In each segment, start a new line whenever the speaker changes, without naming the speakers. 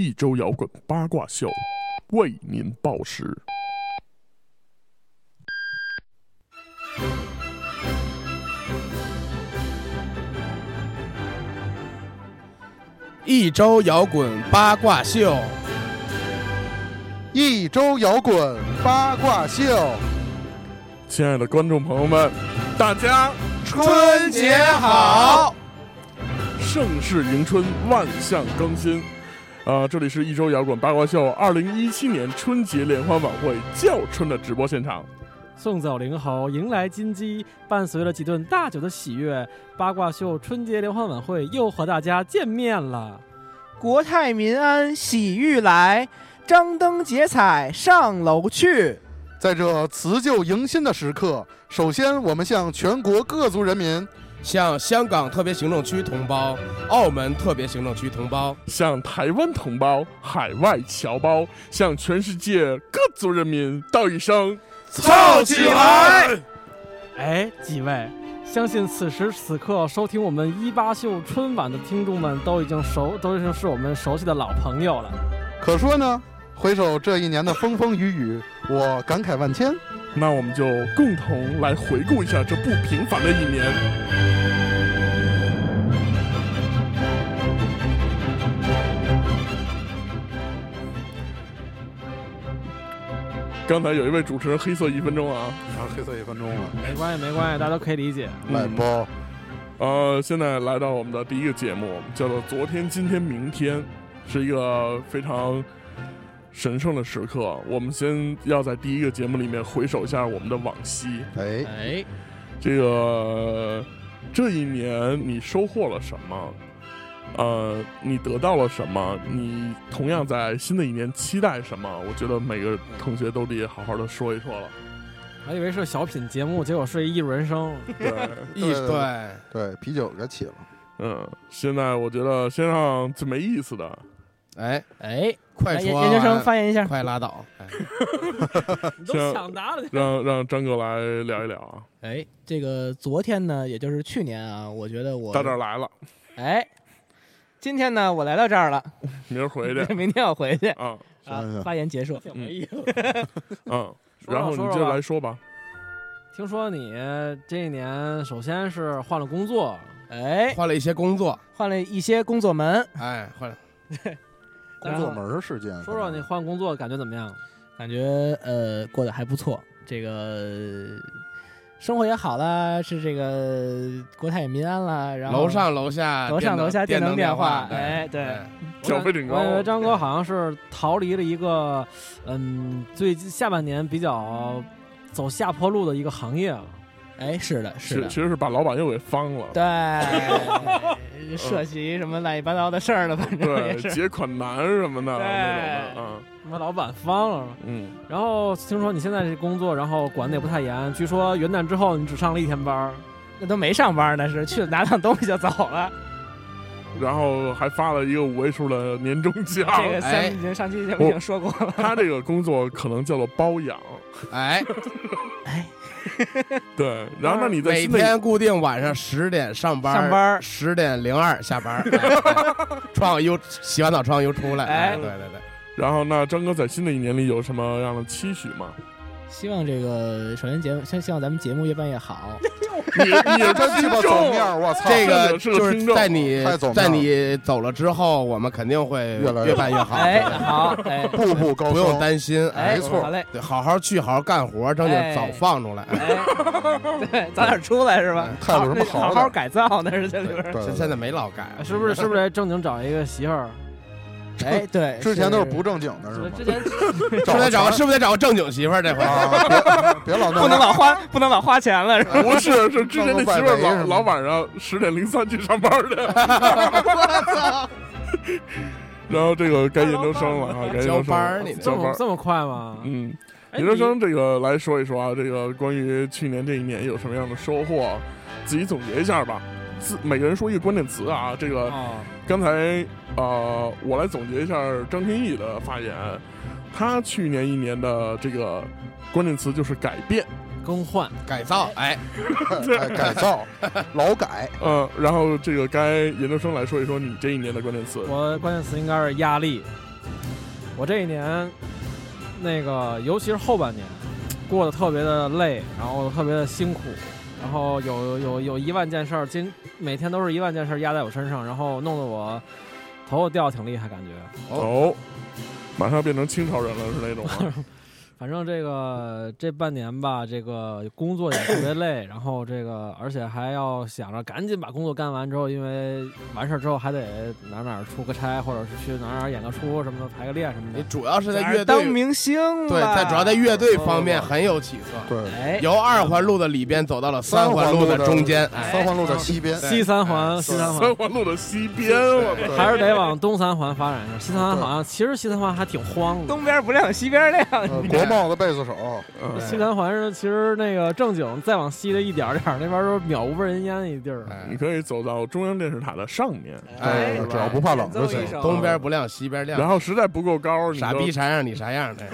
一周摇滚八卦秀为您报时。
一周摇滚八卦秀，
一周摇滚八卦秀，
亲爱的观众朋友们，大家
春节好！
盛世迎春，万象更新。啊、这里是一周摇滚八卦秀二零一七年春节联欢晚会叫春的直播现场。
送走灵猴，迎来金鸡，伴随了几顿大酒的喜悦，八卦秀春节联欢晚会又和大家见面了。
国泰民安，喜欲来，张灯结彩上楼去。
在这辞旧迎新的时刻，首先我们向全国各族人民
向香港特别行政区同胞、澳门特别行政区同胞，
向台湾同胞、海外侨胞，向全世界各族人民道一声
凑起来！
哎，几位，相信此时此刻收听我们一八秀春晚的听众们都已经熟，都已经是我们熟悉的老朋友了。
可说呢，回首这一年的风风雨雨，我感慨万千。
那我们就共同来回顾一下这不平凡的一年。刚才有一位主持人黑色一分钟啊，
啊，黑色一分钟了，
没关系，没关系，大家都可以理解。
哎
来
嗯
吧，
呃，现在来到我们的第一个节目，叫做《昨天、今天、明天》，是一个非常神圣的时刻。我们先要在第一个节目里面回首一下我们的往昔。
哎，
哎，
这个这一年你收获了什么？呃，你得到了什么？你同样在新的一年期待什么？我觉得每个同学都得好好的说一说 了。
还以为是个小品节目，结果是一艺术人生。
对，
呃
一
对
哎对，
对，啤酒该起了，
嗯，现在我觉得先让最没意思的，
哎，
哎，
快
研
啊
说
研究生
完，
发言一下。
快拉倒，哎
你
都抢
答了，
哎
让让张哥来聊一聊啊。
哎，
这个昨天呢，也就是去年啊，我觉得我
到这儿来了，
哎，今天呢，我来到这儿了，
明儿回 去
明天我回去
啊，
啊
行行。
发言结束。
挺
没
没意思。
嗯，
说吧
然后你
说吧
接着来说吧。
听说你这一年首先是换了工作，
哎，
换了一些工作，
换了一些工作门，
哎，换了，
工作门儿事件，
嗯说说你换工作感觉怎么样？
感觉呃过得还不错，这个生活也好啦，是这个国泰民安啦，然后
楼上楼下，
楼上楼下
电
电
灯
灯电
话
话，
哎
哎对
哎
小费挺高
我以为张哥好像是逃离了一个，嗯，最近下半年比较走下坡路的一个行业了。
哎是的
其
是
实
的
其，实是把老板又给方了，
对
涉及什么乱七八糟的事儿了，反正
对
也，是。
结款难什么的那
对
种的，啊，
把老板方了，
嗯，
然后听说你现在这工作，然后管的也不太严。据说元旦之后你只上了一天班儿，
那都没上班呢，是去拿趟东西就走了。
然后还发了一个五位数的年终奖。
这 个
哎
三已经上期节目已经说过了。
他这个工作可能叫做包养，
哎，
对。然后那你在
哎每
新的
天固定晚上十点上班，
上班
十点零二下班，哎穿好衣服，洗完澡穿好衣服出来，哎，
哎
对对对，
然后那张哥在新的一年里有什么样的期许吗？
希望这个首先节目先希望咱们节目越办越好，
你你也
真
是
鸡
听
巴走面
众，
儿，我操！
这个
是个
就
听
是
众
在你
太走面
在
了
你走了之后，我们肯定会
越来越
越办越好，
哎，好，哎，
步步高升，
不用担心，
哎，
哎
没错
好嘞，
对，好好去，好好干活，正经
哎
早放出来。哎
哎，对，早点出来是吧？
态度有什么
好
好
好
的
好改造呢，是这里边
对
儿。
对对
现现在没老改，啊
哎是不是？是不是 得正经找一个媳妇儿？
哎对，
之前都是不正经的是吗？
之前
是不是得找个
全
是不是得找个正经媳妇儿？这回
啊，别别老弄
不能老花，不能老花钱了，是吧？
不是是之前那媳妇儿
弄个外围什
老
么
老晚上十点零三去上班去，然后这个该研究生了啊，该研
交
究
班儿
生
你
了
这
这
交班
么
儿，
这么快吗？
嗯。
哎
研究生这个来说一说啊，这个关于去年这一年有什么样的收获，啊自己总结一下吧。自每个人说一个关键词啊，这
你
个
哦，
刚才呃，我来总结一下张天翼的发言，他去年一年的这个关键词就是改变，
更换
改造，哎，
哎 改造，劳改，
呃，然后这个该研究生来说一说你这一年的关键词，
我的关键词应该是压力，我这一年，那个尤其是后半年，过得特别的累，然后特别的辛苦，然后有有有一万件事儿，今每天都是一万件事儿压在我身上，然后弄得我头发掉挺厉害，感觉。
哦，马上变成清朝人了是那种 吗？
反正这个这半年吧，这个工作也特别累，然后这个而且还要想着赶紧把工作干完之后，因为完事儿之后还得哪儿哪儿出个差，或者是去哪儿哪儿演个出什么的，排个练什么
你
的。
主要是在乐
当
队，
明星
对，在主要在乐队方面很有起色，
哦对，
哎，
由二环路的里边走到了三环路的中间，哎
三环路的西边，
西三
哎
环，西三环
三环路的西边，我
对
还是得往东三环发展一下。西三环好像其实西三环还挺荒的。
东边不亮西边 亮，
呃国贸的贝斯手，
嗯
西三环是其实那个正经，再往西的一点儿点儿，那边都是渺无人烟的一地儿。
你
哎
可以走到中央电视塔的上面，
哎
对，只要不怕冷就行
演奏一。首
东边不亮西边
啊
然
亮，
后实在不够高，你就
傻逼啥样你啥样 的，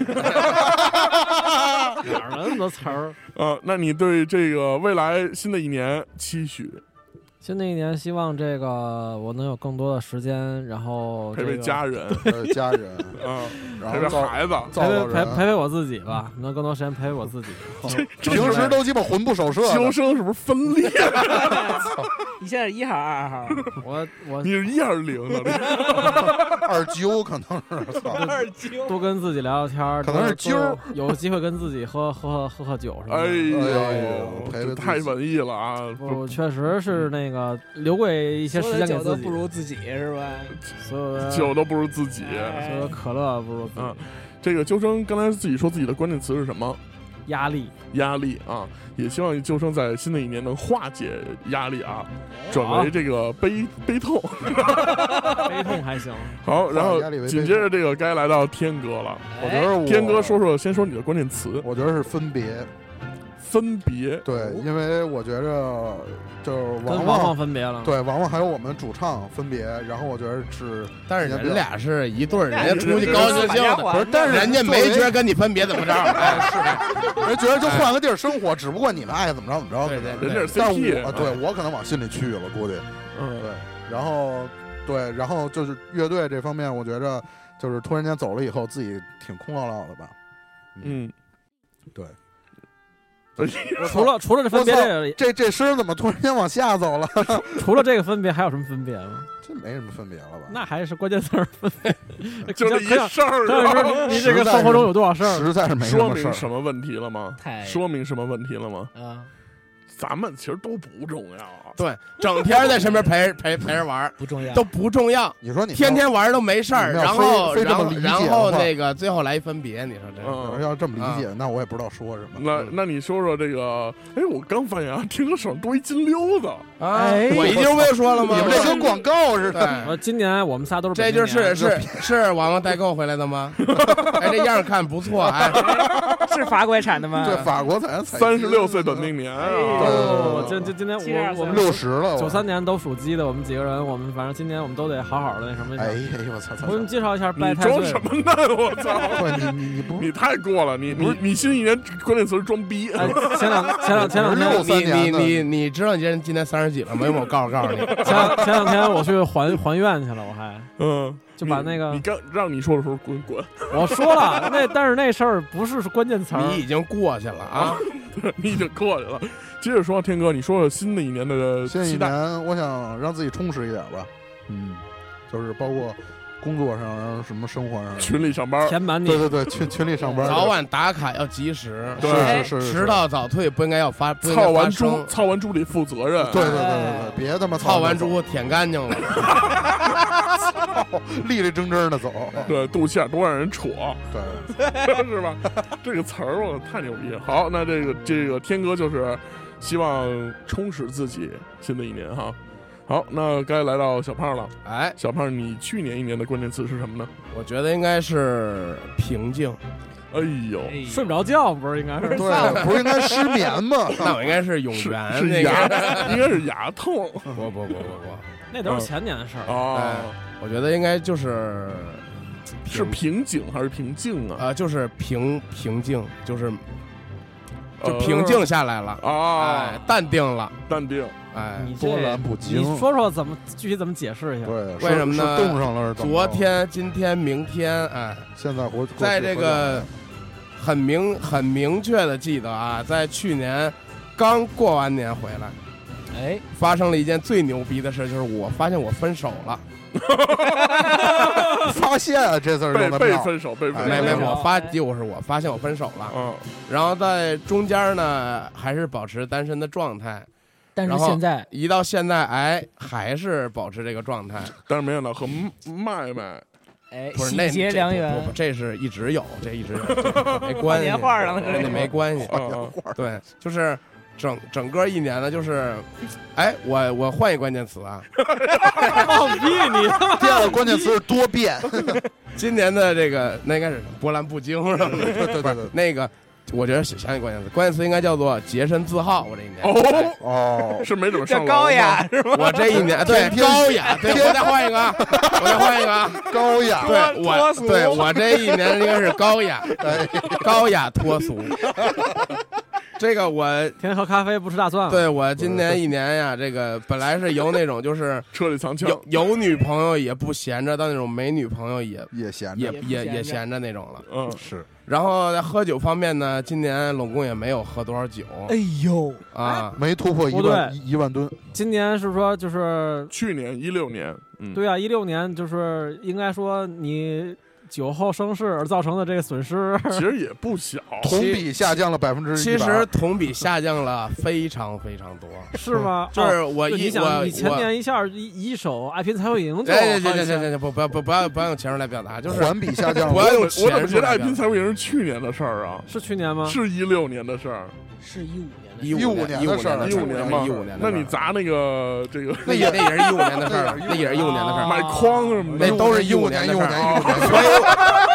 哪儿来那么多词儿？
呃，那你对这个未来新的一年期许，
新的一年，希望这个我能有更多的时间，然后
陪
这
陪
个
家人，
呃家人，
嗯，
然
陪
后
陪
造
孩子，
造
陪陪
造
陪陪
人，
陪我自己吧，能更多时间陪陪我自己。
平时都鸡巴魂不守舍的，
求生是不是分裂？啊
你现在是一号二号，
我我
你是一二零 的，
二揪可能是，操
二精
多跟自己聊聊天儿，
可能是
多
揪儿，
多有机会跟自己喝喝喝喝酒什么
哎
的。
呦，
陪着自
这
己
太文艺了啊！
我确实是那个留给一些时间给
都
自己
不，如自己是吧？
所有的所
酒都不如自己。
哎
有的可乐不如自己
嗯，这个究生刚才自己说自己的关键词是什么？
压力。
压力啊，也希望究生在新的一年能化解压力啊，转为这个悲悲痛。
悲痛还行，
好，然后
压力为悲
紧接着这个该来到天哥了。
我
哎
觉得我
天哥说，说，先说你的关键词，
我觉得是分别，
分别。
对，因为我觉着就是
跟
哦王
王
旺
放，分别了。
对王旺还有我们主唱分别，然后我觉得 是
但是人俩是一对儿，人家出去
对
高兴兴的，
不是，
但是
人家没觉得跟你分别怎么着，哎，
人觉得就换个地儿生活，只不过你们爱怎么着怎么着，
对对
人家是
但
CP，
我啊对我可能往心里去了，估计
嗯
对，然后对，然后就是乐队这方面，我觉着就是突然间走了以后，自己挺空落落的吧。
嗯，
对。
除了除了这分别
我操
这个，
这这声怎么突然间往下走了？
除了这个分别，还有什么分别吗？
这没什么分别了吧？
那还是关键词儿分别。
就这
可
一
想
事儿
但
啊，
是你这个生活中有多少事儿？
实在是没 什
说
么事
明
儿。
什么问题了吗？
哎
太
说明什么问题了吗？
啊，
咱们其实都不重要啊。
对，整天在身边陪陪陪着玩儿
不重要，
都不重要，
你说你
天天玩儿都没事儿，
你要
然后
非非这
然
么
后
理解
然
的话
后那个最后来一分别，你说这
嗯
要要这么理解，那我也不知道说什么。
那那你说说这个？哎，我刚发现啊，听歌手上多一金溜子，
啊
哎
我一句不就说了吗？
嗯你们这跟广告似的。
对
呃，今年我们仨都是
这
北京
就
年
是 是是王王代购回来的 吗？哎，这样看不错，哎，
是法国产的 吗？
对，法国咱
三十六岁短命年
哎
啊！
哦
对，
今今今年
72
我我们
六十了，我
九三。年都属鸡的，我们几个人，我们反正今年我们都得好好的那什么一下。
哎呀，哎呦我操！操
我给你们
操
介绍一下
你
拜太
装
岁
什，么呢？我 操！
对你你你不
你太过了，你你你新一年关键词是装逼，
哎，前两前两前两天
六三
你你
年的
你你知道你这人今年三十几了吗？要不我告诉告 诉你，
前两前两天我去还还愿去了，我还
嗯，
就把那
你
个
你刚让你说的时候滚滚，
我说了那，但是那事儿不是关键词儿，
你已经过去了啊，
你已经过去了。接着说，天哥，你说说新的一年的
新一
期待。
年我想让自己充实一点吧，嗯，就是包括工作上，然后什么生活上，
群里上班，
填满你
对对对，群群里
啊
上班，
早晚打卡要及时，
对
是是是是，
迟到早退不应该要发，不应
操
该发
完猪
生，
操完猪得负责任。
对对对对对，别他妈
操
操
完猪舔干净了。
立立正正的走，
对，肚脐眼多让人戳，
对，
是 吧？这个词儿我太牛逼了。好，那这个这个天哥就是希望充实自己新的一年哈。好，那该来到小胖了。
哎，
小胖，你去年一年的关键词是什么呢？
我觉得应该是平静，
哎呦，
睡不着觉，不是应该是？
对，不是应该失眠吗？
那我应该是永
是
源
是
那
牙
个，，
应该是牙痛
不不不不不，
那都是前年的事儿。
哦，
哎我觉得应该就是
是瓶颈还是瓶颈啊？
呃，就是平平静，就是
呃
就平静下来了，
啊
哎，，淡定了，
淡定，
哎，
你
波澜
这
不惊
你。说说怎么具体怎么解释一下？
对，
为什么呢
是是冻上了是怎么
昨
着
天、今天、明天，哎，
现在活，
在这个很明很明确的记得啊，在去年刚过完年回来，
哎，
发生了一件最牛逼的事，就是我发现我分手了，
发现啊这字儿
被
用的
被
妙，
分手，被分
哎
手，
没没，
有
我发
哎
就是我发现我分手了，
嗯，
然后在中间呢还是保持单身的状态，
但是
然后
现在
一到现在哎还是保持这个状态，
但是没想到和麦麦
哎，
不是
喜
那
结
这
良
不不不
缘，
这是一直有，这一直有，这没关系，
年画上了这
跟那没关
哎
系，
啊
对，就是整整个一年呢，就是，哎，我我换一关键词啊，
放屁你！
第 二个关键词是多变，
今年的这个那应该是什么波澜不惊是吧？
对对对对，
那个，我觉得想想一关键词，关键词应该叫做洁身自好。我这一年，
哦，
哦，
是没怎么上
这
楼
高
吗，
雅是吧？
我这一年对
天天
高雅，对我再换一个啊，我再换一个啊，
高雅，
对我
脱俗
对我这一年应该是高雅，
哎，
高雅脱俗。这个我
天天喝咖啡不吃大蒜，，啊
对我
嗯
今年一年呀，这个本来是由那种就是。
车里藏枪，
有有女朋友也不闲着，到那种没女朋友也
也闲
也
着
也不
也
闲
也
着
闲着那种了。
嗯，
是
然后在喝酒方面呢，今年拢共也没有喝多少酒
哎呦，
啊，
没突破一
不
万
对
一一万吨，
今年是说就是
去年一六年，嗯，
对啊，一六年就是应该说你酒后生事而造成的这个损失，
其实也不小，
同比下降了百分之
其实同比下降了非常非常多。
是吗？
嗯就
哦
是我
对你
一
想，
我
你前
我。哎
年一下一一手《爱拼才会赢》就
哎，行
好
行
几
行
千，
行，不不不不要不要用钱数来表达，就是
环比 下降
不
我
了，
要
怎么我
用
怎么觉
钱数
得
来
爱
表
拼
达。
才会赢是去年的事儿啊？
是去年吗？
是一六年的事儿，
是一五年的
一
15
五
年
一
的
五
事儿了
年
一五年
嘛，
嘛
一五年的事
那
儿。
你砸那个这个
那也那也是一五年的事儿了，那也是一五年的事儿。
买筐什么的
那，都是
一
15
年
年
一
的
五
事儿
年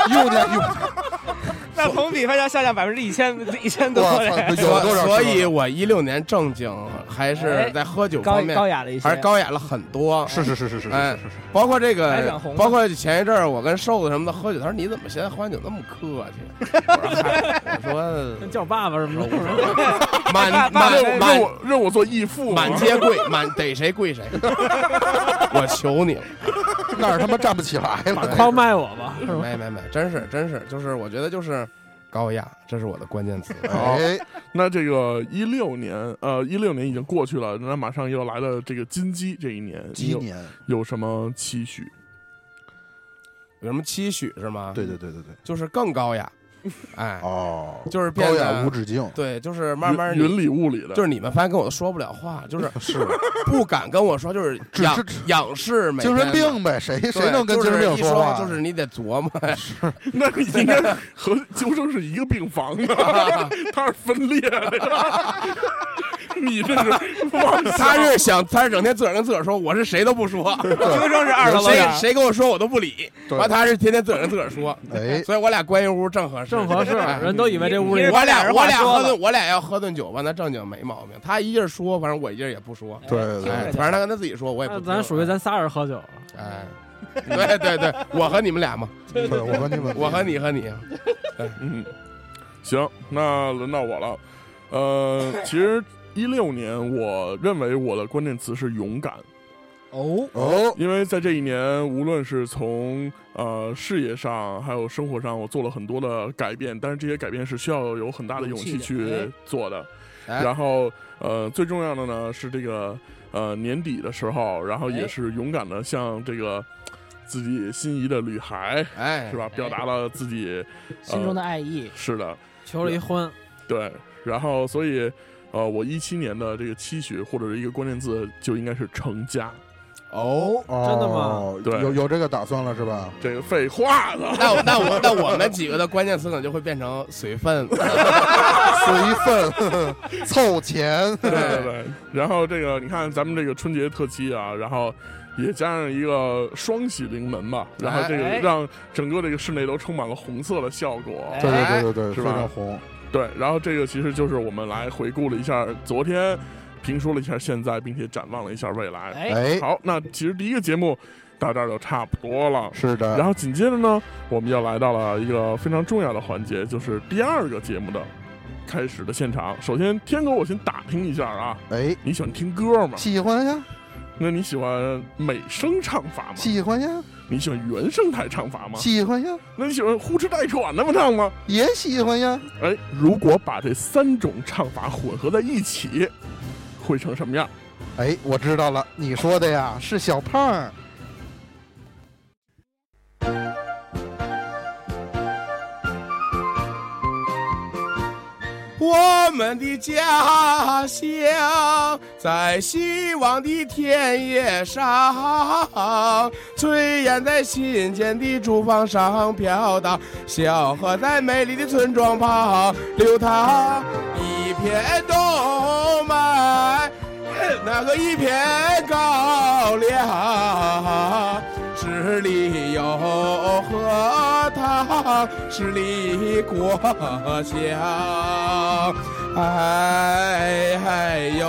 一五年一五
那同比发现下降百分之一千一千多
我操
嘞，
哦有多少
啊
啊
所以，我一六年正经还是在喝酒
高
方面
高雅了一些，
还是高雅了很多，
是是是是是
哎
是是，
包括这
还
个
染红，了
包括前一阵儿我跟瘦子什么的喝酒，他说你怎么现在喝完酒那么客气？我说
跟叫爸爸什么的。
嗨我说满满
让让
满
我让我做义父啊嘛，
满街跪，满逮谁跪谁，我求你了，
那儿他妈站不起来了，
框卖我吧，是吧？
没没没，真是真是，就是我觉得就是高雅，这是我的关键词。
哎，
那这个一六年，呃，一六年已经过去了，那马上又来了这个金鸡这一年，你
鸡
有
年，
有什么期许？
有什么期许是吗？
对对对对对，
就是更高雅，哎，
哦，
就是变
高雅
得
无 止境，
对，就是慢慢
云
你
云里雾里的，
就是你们发现跟我都说不了话，就是
是
不敢跟我说，就是
只
仰
是
仰视每
精神
天的
病呗，谁
对
谁能跟精神病
就是一说
话？
就是你得琢磨。
那你应该和究生是一个病房 的，他是分裂的， 你这是妄
他是想，他是整天自个儿跟自个儿说，我是谁都不说，
究生是二楼
谁
的，
谁跟我说我都不理。
对
完，他是天天自个儿跟自个儿说，
哎，
所以我俩关一屋正合适，
正合适，
哎
人都以为这屋里
你
我俩我俩喝
人话说了
顿我俩要喝顿酒吧，那正经没毛病。他一劲儿说，反正我一劲儿也不说。
对对对
哎，
听着
反正他跟他自己说，我也不
那
听。
咱属于咱仨人喝酒，啊
哎，对对对，我和你们俩嘛，
对我和你们，
我和你和你，啊
嗯，行，那轮到我了。呃，其实一六年，我认为我的关键词是勇敢，
哦，
哦，
因为在这一年，无论是从呃事业上，还有生活上，我做了很多的改变，但是这些改变是需要有很大的勇气
勇气的
去做的。
哎
然后，呃，最重要的呢是这个呃年底的时候，然后也是勇敢的向这个自己心仪的女孩
哎，
是？吧，表达了自己
心中的爱意，
是的，
求离婚，
对，然后所以，呃，我一七年的这个期许或者是一个关键字就应该是成家。
哦，
真的吗
哦
对
有有这个打算了是吧？
这个废话呢，
那我那我那我们几个的关键词可能就会变成随份子。
随份凑钱，
对对对。然后这个你看咱们这个春节特期啊，然后也加上一个双喜临门吧，然后这个
哎
让整个这个室内都充满了红色的效果。
哎
对对对对对，
是
非
吧
常红，
对，然后这个其实就是我们来回顾了一下昨天，评说了一下现在，并且展望了一下未
呃
来。
哎，
哎，
好，那其实第一个节目到这儿就差不多了。
是的，
哎
然后紧接着呢，我们又来到了一个非常重要的环节，就是第二个节目的开始的现场。首先，天哥，我先打听一下啊，
哎，
你喜欢听歌吗？
喜欢呀，
那你喜欢美声唱法吗？
喜欢呀，
你喜欢原声态唱法吗？
喜欢呀，
那你喜欢呼哧带喘那么唱吗？
也喜欢呀，
哎，如果把这三种唱法混合在一起，会成什么样？
哎，我知道了，你说的呀是小胖儿，
我们的家乡在希望的田野上，炊烟在新建的竹房上飘荡，小河在美丽的村庄旁流淌。一片冬麦，那个一片高粱，十里有荷塘，十里果香。哎哎呦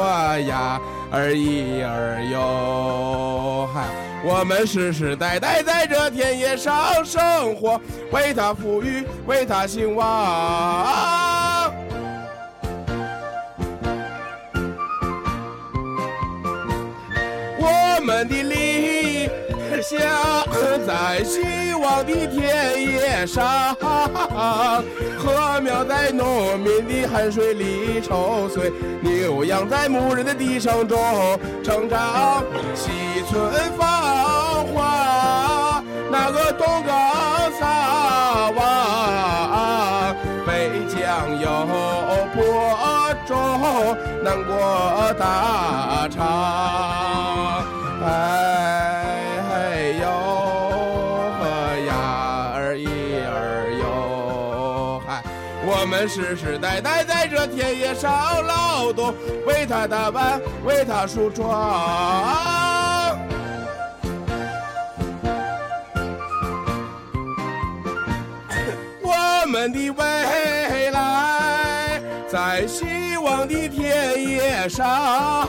啊呀，儿一儿哟嗨。啊我们世世代代在这田野上生活，为它富裕，为它兴旺。我们的理想在希望的田野上，禾苗在农民的汗水里抽穗，牛羊在牧人的地上中成长，西村芳华，那个东岗撒网，北疆有播种，南国大厂。哎嘿呦呵呀儿咿儿呦嗨，我们世世代代在这田野上劳动，为它打扮，为它梳妆。我们的未来在希望的田野上，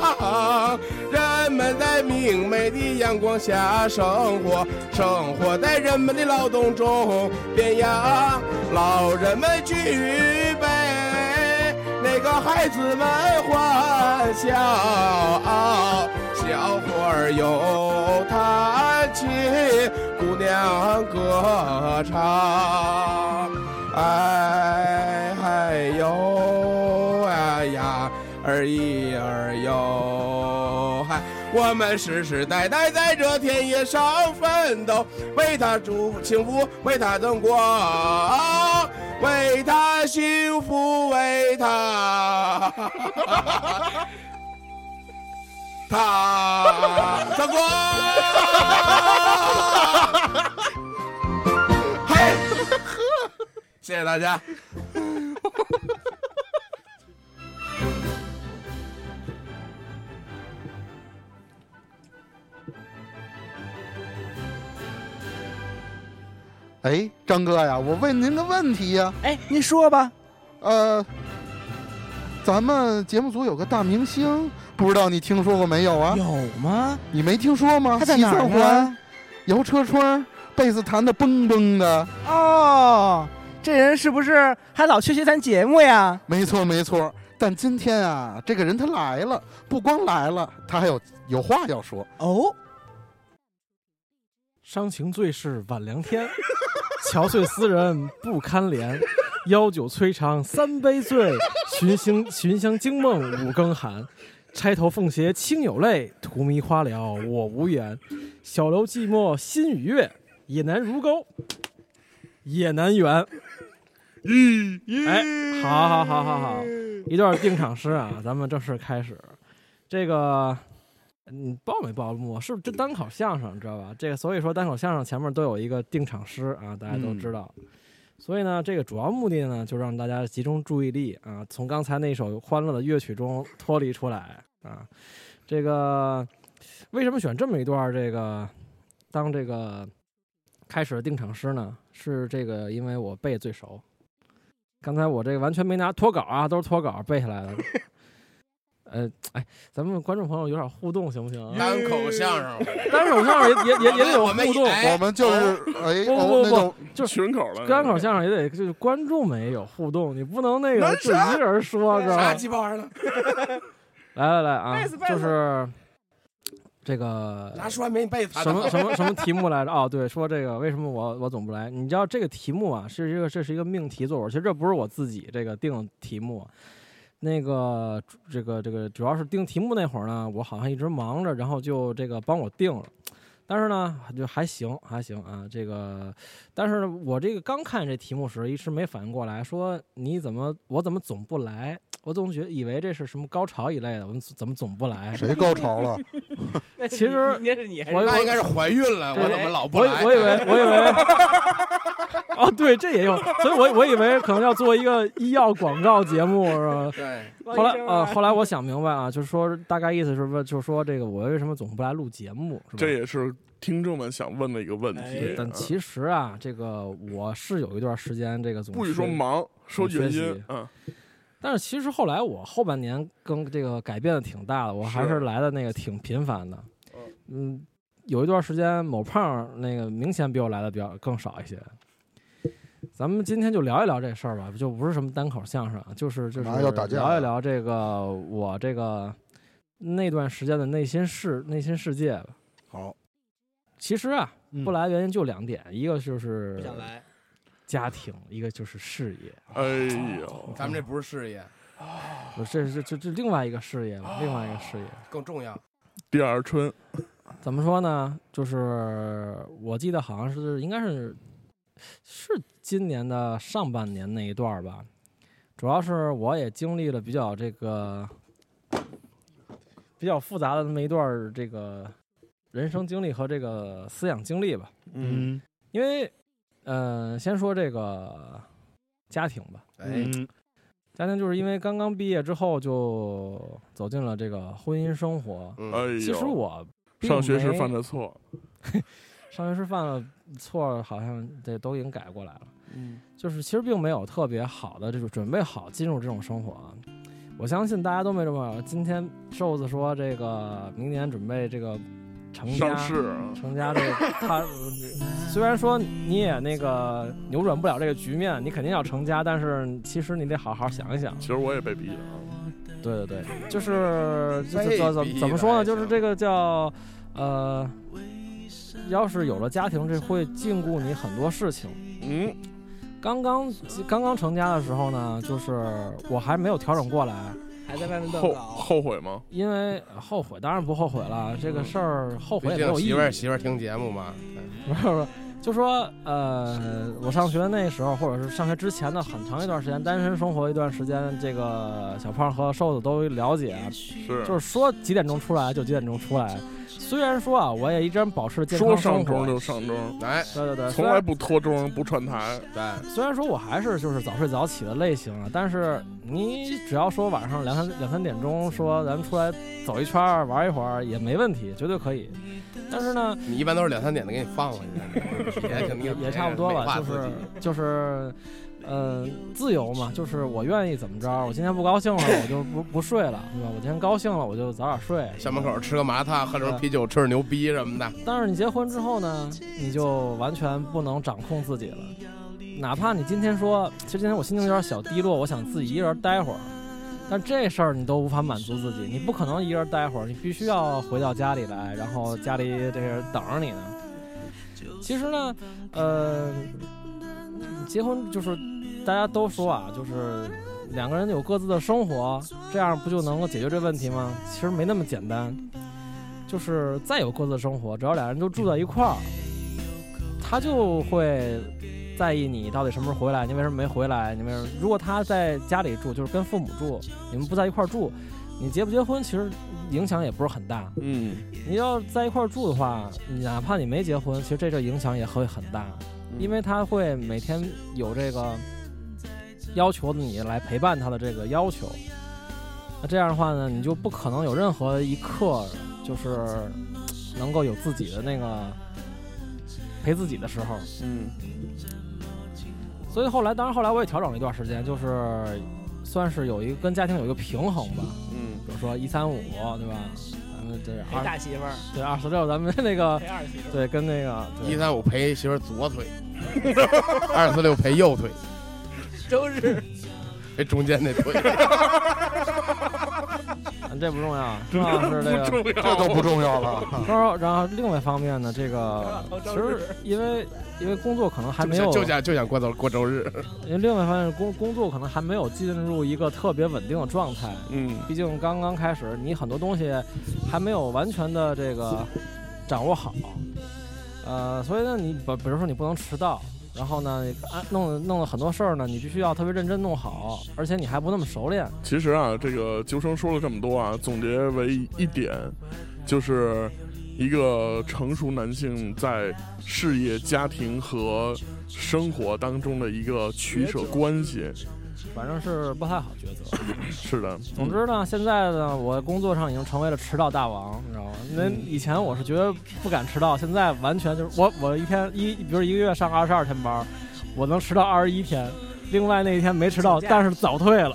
人们在明媚的阳光下生活，生活在人们的劳动中变样。老人们举杯，那个孩子们欢笑，小伙儿有弹琴，姑娘歌唱，哎哎呦哎呀，儿一儿哟嗨。我们世世代代在这田野上奋斗，为他祝幸福，为他增光，为他幸福，为 他。他他光，嘿，谢谢大家。
哎，张哥呀，我问您个问题呀，
哎，您说吧，
呃，咱们节目组有个大明星，不知道你听说过没有啊？
有吗？
你没听说吗？
他在哪儿
西三环
呢？
摇车窗，贝斯弹的嘣嘣的，
哦，这人是不是还老缺些咱节目呀？
没错没错。但今天啊，这个人他来了，不光来了，他还有有话要说。
哦，
伤情最是晚凉天， 憔悴斯人不堪怜。邀酒摧肠三杯 醉，寻星寻香惊梦五更寒。钗头凤斜清有泪，荼蘼花了我无缘。小楼寂寞心与月，也难如钩，也难圆。哎，好好好好好，一段定场诗啊，咱们正式开始。这个你报没报幕？是不是这单口相声？你知道吧？这个所以说单口相声前面都有一个定场诗啊，大家都知道。所以呢，这个主要目的呢，就让大家集中注意力啊，从刚才那首欢乐的乐曲中脱离出来啊。这个为什么选这么一段这个当这个开始的定场诗呢？是这个，因为我背得最熟。刚才我这个完全没拿脱稿啊，都是脱稿背下来的。呃，哎，咱们观众朋友有点互动行不行啊？
单口相声，
单手相声也也也也得有
哎我们
互动，
哎
我们就是哎，
不不
哦
不
那种
群口了，
单口相声也得就是观众们也有互动，你不能那个就一个人说，知道
啥
吗？
鸡巴玩意儿呢？
来来来啊
贝斯，贝斯
就是这个
拿双面被他
什么什么什么题目来着？哦，对，说这个为什么我我总不来？你知道这个题目啊，是一个这是一个命题作文，其实这不是我自己这个定的题目。啊那个这个这个主要是定题目那会儿呢，我好像一直忙着，然后就这个帮我定了。但是呢，就还行，还行啊。这个，但是呢我这个刚看这题目时，一时没反应过来，说你怎么我怎么总不来？我总觉以为这是什么高潮一类的，我们怎么总不来？
谁高潮了？
那
其 实
那是你还
我
是
那应该是怀孕了，
对
我怎么老不
我以
来？
我以为我以为，哦，对，这也有，所以我我以为可能要做一个医药广告节目是吧？
对，
后来
啊
呃，后来我想明白啊，就是说大概意思是不是就是说这个我为什么总不来录节目是吧？
这也是听众们想问的一个问题
哎。
但其实啊，这个我是有一段时间这个总
不许
是
说忙，说原因，嗯，
但是其实后来我后半年跟这个改变的挺大的，我还是
是
来的那个挺频繁的。嗯，有一段时间某胖儿那个明显比我来的比较更少一些。咱们今天就聊一聊这事儿吧，就不是什么单口相声啊，就是就是
干嘛要打架啊
聊一聊这个我这个那段时间的内心世内心世界吧。
好，
其实啊，
嗯
不来原因就两点，一个就是
不想来，
家庭，一个就是事业。
哎
哦
呦，
咱们这不是事业，
不是这是这这另外一个事业吧，另外一个事业。
更重要。
第二春，
怎么说呢？就是我记得好像是应该是是今年的上半年那一段儿吧，主要是我也经历了比较这个比较复杂的那么一段儿这个人生经历和这个思想经历吧。
嗯，
因为，呃，先说这个家庭吧，
哎，
家庭就是因为刚刚毕业之后就走进了这个婚姻生活。
哎
嗯，
呦，
呃其实我并
上学时
没
犯的错，
上学时犯了错，好像这都已经改过来了。
嗯，
就是其实并没有特别好的这种准备好进入这种生活啊。我相信大家都没这么。今天瘦子说这个明年准备这个成家
上，市啊，
成家这个他虽然说你也那个扭转不了这个局面，你肯定要成家，但是其实你得好好想一想。
其实我也被逼的
嗯
啊，
对对对，就是就是
被
怎怎
逼
怎么
的
说
还
呢？就是
行
这个叫呃，要是有了家庭，这会禁锢你很多事情。
嗯，
刚刚刚刚成家的时候呢，就是我还没有调整过来，
还在外面
后
乱搞，
后悔吗？
因为后悔，当然不后悔了。这个事儿后悔
毕
也
竟
没有意
媳
义
妇。儿媳妇儿听节目嘛，
不是不是，就说呃，我上学那时候，或者是上学之前的很长一段时间，单身生活一段时间，这个小胖和瘦子都了解啊，
是，
就是说几点钟出来就几点钟出来。虽然说啊，我也一直保持健
说
康
上
生
钟
活，
就上钟，
哎，
对对对，虽
从
然
来不拖钟不串台，
对，
虽然说我还是就是早睡早起的类型啊，但是你只要说晚上两三两三点钟说咱们出来走一圈儿玩一会儿也没问题，绝对可以。但是呢，
你一般都是两三点的给你放回 去，也挺
也也差不多吧，就是就是，呃，自由嘛，就是我愿意怎么着，我今天不高兴了，我就不不睡了，对吧？我今天高兴了，我就早点睡。
校门口吃个麻辣烫，喝点啤酒，吹着牛逼什么的，
但是你结婚之后呢，你就完全不能掌控自己了。哪怕你今天说，其实今天我心情有点小低落，我想自己一个人待会儿，但这事儿你都无法满足自己，你不可能一个人待会儿，你必须要回到家里来，然后家里这个人等着你呢。其实呢，呃，结婚就是大家都说啊，就是两个人有各自的生活，这样不就能够解决这问题吗？其实没那么简单。就是再有各自的生活，只要俩人都住在一块儿，他就会在意你到底什么时候回来，你为什么没回来，你为什么？如果他在家里住，就是跟父母住，你们不在一块儿住，你结不结婚其实影响也不是很大。
嗯，
你要在一块儿住的话，你哪怕你没结婚，其实这个影响也会很大，因为他会每天有这个要求你来陪伴他的这个要求。那这样的话呢，你就不可能有任何一刻就是能够有自己的那个陪自己的时候。
嗯
所以后来，当然后来我也调整了一段时间，就是算是有一个跟家庭有一个平衡吧。
嗯，
比如说一三五，对吧？咱们对
陪
二
大媳妇儿，
对二四六，咱们那个
陪二媳妇儿。
对跟那个
一
对
三五陪媳妇儿左腿， 二四六陪右腿，
周 日
陪中间那腿，
咱啊 这不重要，重要是这个。
重要，
这都不重 要了。
然后，然后另外一方面呢，这 个
周日
啊其实因为因为工作可能还没有，
就想就想过周过周日。
因为另外一方面工工作可能还没有进入一个特别稳定的状态，
嗯
毕竟刚刚开始，你很多东西还没有完全的这个 掌握好，呃，所以呢，你比比如说你不能迟到，然后呢，安弄得弄了很多事儿呢，你必须要特别认真弄好，而且你还不那么熟练，
其实啊，这个究生说了这么多啊，总结为一点，就是一个成熟男性在事业、家庭和生活当中的一个取舍关系。
反正是不太好抉择。
是的，
总之呢，现在呢，我工作上已经成为了迟到大王，你知道吗？那以前我是绝对不敢迟到，现在完全就是我我一天一，比如一个月上二十二天班儿，我能迟到二十一天，另外那一天没迟到，
请假
但是早退 了，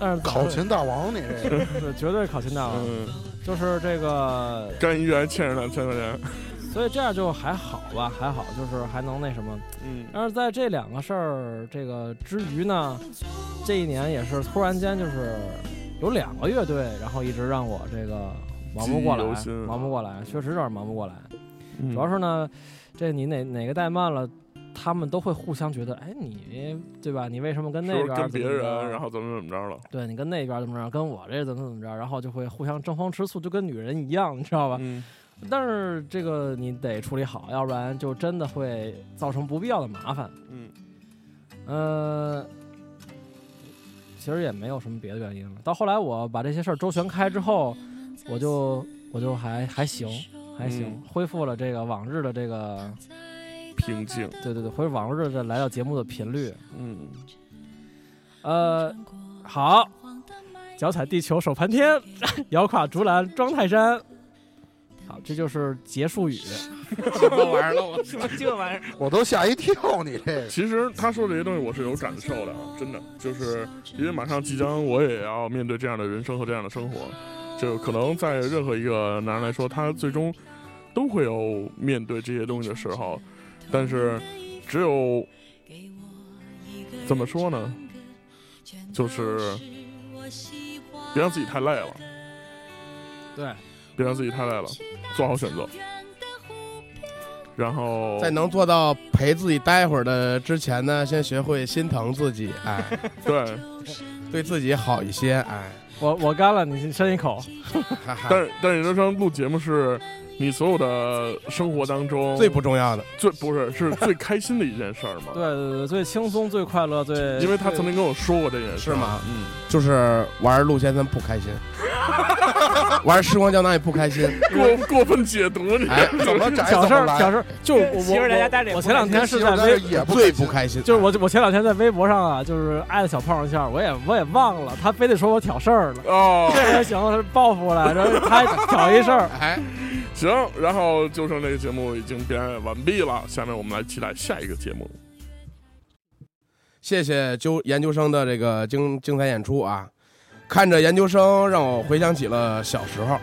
但是早
考
退
勤大王，你这个
是绝对考勤大王，
嗯，
就是这个，
干一月还欠着两千块钱。
所以这样就还好吧，还好，就是还能那什么。
嗯
但是在这两个事儿这个之余呢，这一年也是突然间就是有两个乐队，然后一直让我这个忙不过来
记忆犹新，啊
忙不过来，确实有点忙不过来。
嗯
主要是呢，这你哪哪个怠慢了，他们都会互相觉得，哎，你对吧？你为什么跟那
是
边
不是跟别
啊怎么着
人，然后怎么怎么着了？
对你跟那边怎么着，跟我这怎么怎么着，然后就会互相争风吃醋，就跟女人一样，你知道吧？
嗯，
但是这个你得处理好，要不然就真的会造成不必要的麻烦。
嗯，
呃，其实也没有什么别的原因了。到后来我把这些事儿周旋开之后，我就我就还还行，还行，
嗯
恢复了这个往日的这个，
平静。
对对对，恢复往日的来到节目的频率。
嗯，
呃，好，脚踩地球手盘天， 摇垮竹篮装泰山。好，这就是结束语。
不玩了，我
什么这玩意儿？
我都吓一跳，你这 个
其实他说这些东西我是有感受的，啊真的，就是因为马上即将我也要面对这样的人生和这样的生活，就可能在任何一个男人来说，他最终都会有面对这些东西的时候，但是只有怎么说呢，就是别让自己太累了，
对，
别让自己太累了，做好选择，然后
在能做到陪自己待会儿的之前呢，先学会心疼自己，哎，
对。
对自己好一些，哎，
我我干了，你伸一口。
哈哈。
但是但是研究生录节目是你所有的生活当中
最不重要的，
最不是是最开心的一件事儿嘛？
对对对，最轻松、最快乐、最……
因为他曾经跟我说过这件事，
是吗？
嗯，
就是玩陆先生不开心，玩时光胶囊也不开心，
过过分解读你，
哎，
怎么窄
小
怎
事
么
儿，
来
小，事儿， 就是我
媳妇
我
儿在家
我
待着也
我
不
前两天是在微
媳妇，儿也不
最
开心
不开心。
就是我我前两天在微博上啊，就是挨了小胖一下，我也我也忘了，他非得说我挑事儿了。
哦，
行，他报复我来着，他还挑一事儿。
哎，
行，然后就剩这个节目已经表演完毕了，下面我们来期待下一个节目。
谢谢究研究生的这个精精彩演出啊！看着研究生，让我回想起了小时候。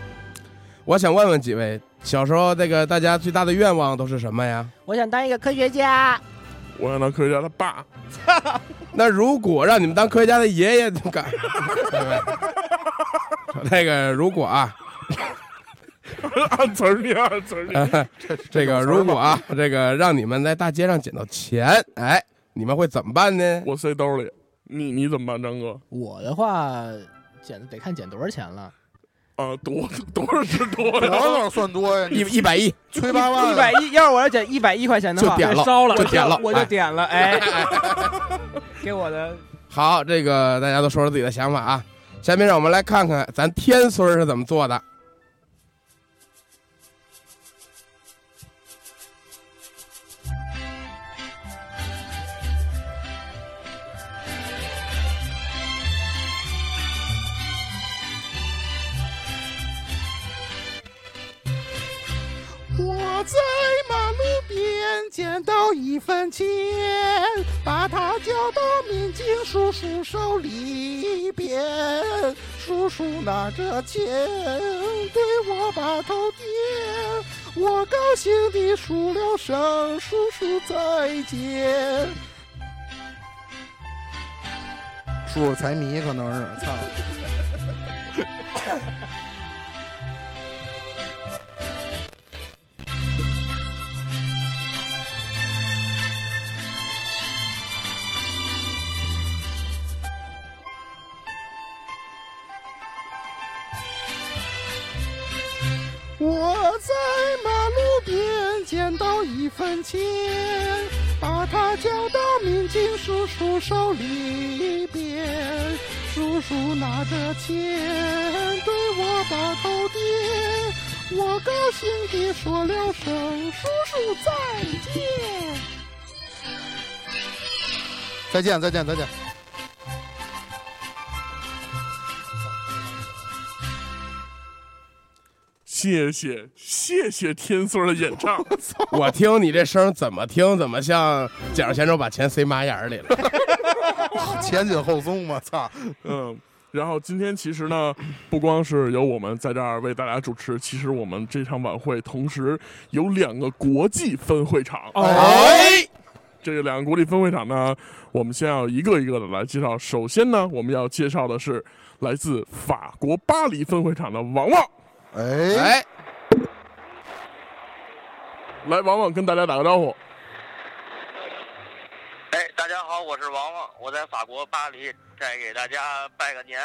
我想问问几位，小时候这个大家最大的愿望都是什么呀？
我想当一个科学家，
我想当科学家他爸，
那如果让你们当科学家的爷爷，敢？那个如果啊，
按词儿念，按词儿念，
哎这个如果啊，这个让你们在大街上捡到钱，哎，你们会怎么办呢？
我塞兜里。你你怎么办，张哥？
我的话，捡得看捡多少钱了。
啊，多多少是多
多
呀？
少算多呀？
一
你
一百亿
吹八万
一，百一，要是我要捡一百一块钱的
就
话，
点了，
烧了
就点了，
我就
哎
点了， 哎，给我的
好，这个大家都说说自己的想法啊。下面让我们来看看咱天孙儿是怎么做的。我在马路边
捡到一分钱，把它交到民警叔叔手里边。叔叔拿着钱对我把头点，我高兴地数了声“叔叔再见
叔叔财迷可能是，操，
我在马路边捡到一分钱，把它交到民警叔叔手里边。叔叔拿着钱对我把头点，我高兴地说了声“叔叔再见
再见再见再见。
谢谢谢谢天孙儿的演唱，
我听你这声儿怎么听怎么像捡着钱之后把钱塞马眼儿里了。
前紧后松嘛，操！
嗯。然后今天其实呢，不光是有我们在这儿为大家主持，其实我们这场晚会同时有两个国际分会场。
哦
哎，
这两个国际分会场呢，我们先要一个一个的来介绍。首先呢，我们要介绍的是来自法国巴黎分会场的王王。
哎，
哎，
来，王王跟大家打个招呼。
哎，大家好，我是王王，我在法国巴黎，再给大家拜个年。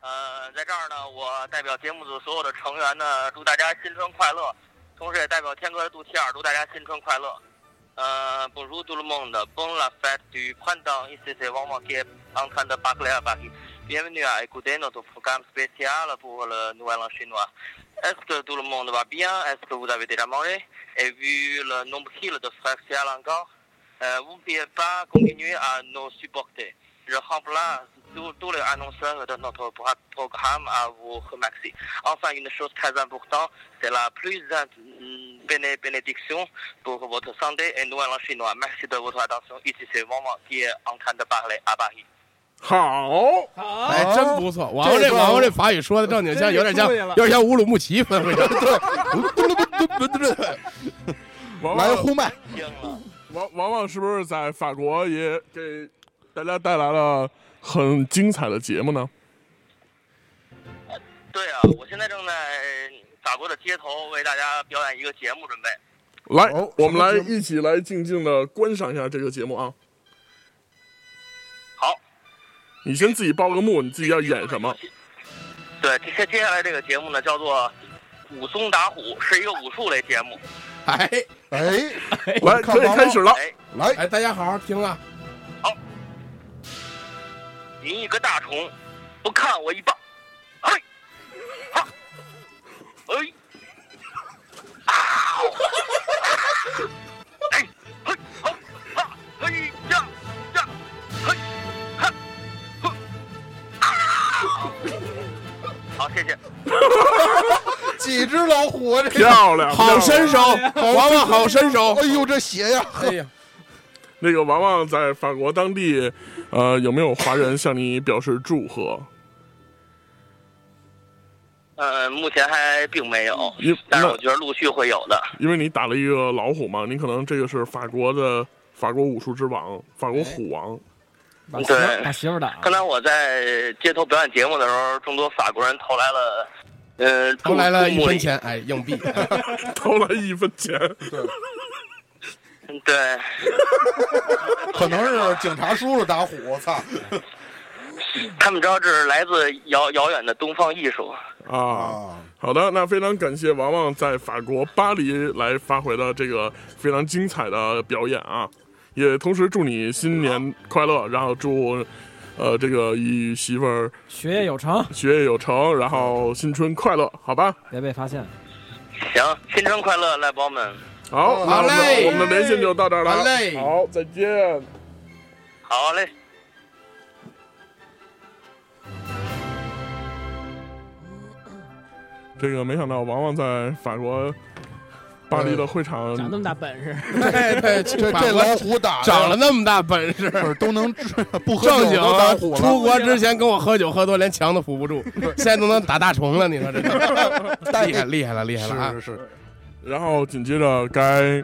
呃，在这儿呢，我代表节目组所有的成员呢，祝大家新春快乐，同时也代表天哥的肚脐眼儿祝大家新春快乐。呃，Bonjour tout le monde, bon la fête du printemps, ici c'est Wang Wang qui est en train de parler à Paris. Bienvenue à écouter notre programme spécial pour le Nouvel An chinois. Est-ce que tout le monde va bien? Est-ce que vous avez déjà mangé? Et vu le nombre de frères Cial encore? Euh, vous ne pouvez pas continuer à nous supporter. Je remplace tous tous les annonceurs de notre pro- programme à vous remercier. Enfin, une chose très importante, c'est la plus in- béné- bénédiction pour votre santé et Noël en chinois. Merci de votre attention. Ici, c'est Maman qui est en train de parler à Paris.
好，
哦
哎，真不错。王王这王王这法语说的正经像，有点像，有点像乌鲁木齐分会 场。对，
王
来
王
呼麦，
王王王是不是在法国也给大家带来了很精彩的节目呢？
对啊，我现在正在法国的街头为大家表演一个节目，准备。
来，
哦
我们来
什么节目
一起来静静的观赏一下这个节目啊。
好，
你先自己报个幕，你自己要演什么？？
对，接接下来这个节目呢，叫做《武松打虎》，是一个武术类节目。
哎
哎，
来，可以开始了。
哎，
来，
哎，大家好好听啊！
您一个大虫，不看我一棒，哎，啊，哎， 啊，哎，嘿，好，啊，嘿呀呀，嘿，哈，哼，啊， 好，谢谢。
几只老虎啊，这个，
漂亮，
好
漂亮
身手，王王好身手。
哎呦，这鞋呀，
哎呀，
那个王王在法国当地，呃，有没有华人向你表示祝贺？
呃，目前还并没有
嗯
因，
但是
那
我觉得陆续会有的。
因为你打了一个老虎嘛，你可能这个是法国的法国武术之王，法国虎王。
把媳
对
把媳妇儿打
刚才我在街头表演节目的时候，众多法国人投来了，呃，
投来了
注
一
目礼
分钱，哎，硬 币。
投来一分钱，
对，
可能是警察叔叔打虎，操，
他们知道这是来自遥遥远的东方艺术。
啊，
啊，
好的，那非常感谢王王在法国巴黎来发回的这个非常精彩的表演啊，也同时祝你新年快乐，然后祝，呃，这个与媳妇儿
学业有成，
学业有成，然后新春快乐，好吧？
别被发现。
行，新春快乐，赖宝们，
好，那我们
嘞
我们的连线就到这儿了，
好嘞
好，再见。
好嘞。
这个没想到王王在法国巴黎的会场，
长那么大本事，
对 对，
这
法
这
国
老虎打的
长了那么大本事，
不是都能治不喝
正
酒
经啊
都打虎
出
了，
国之前跟我喝酒喝多，连墙都扶 不住，现在都能打大虫了。你说这个厉害厉害了，厉害了啊！
是是是，
然后紧接着该，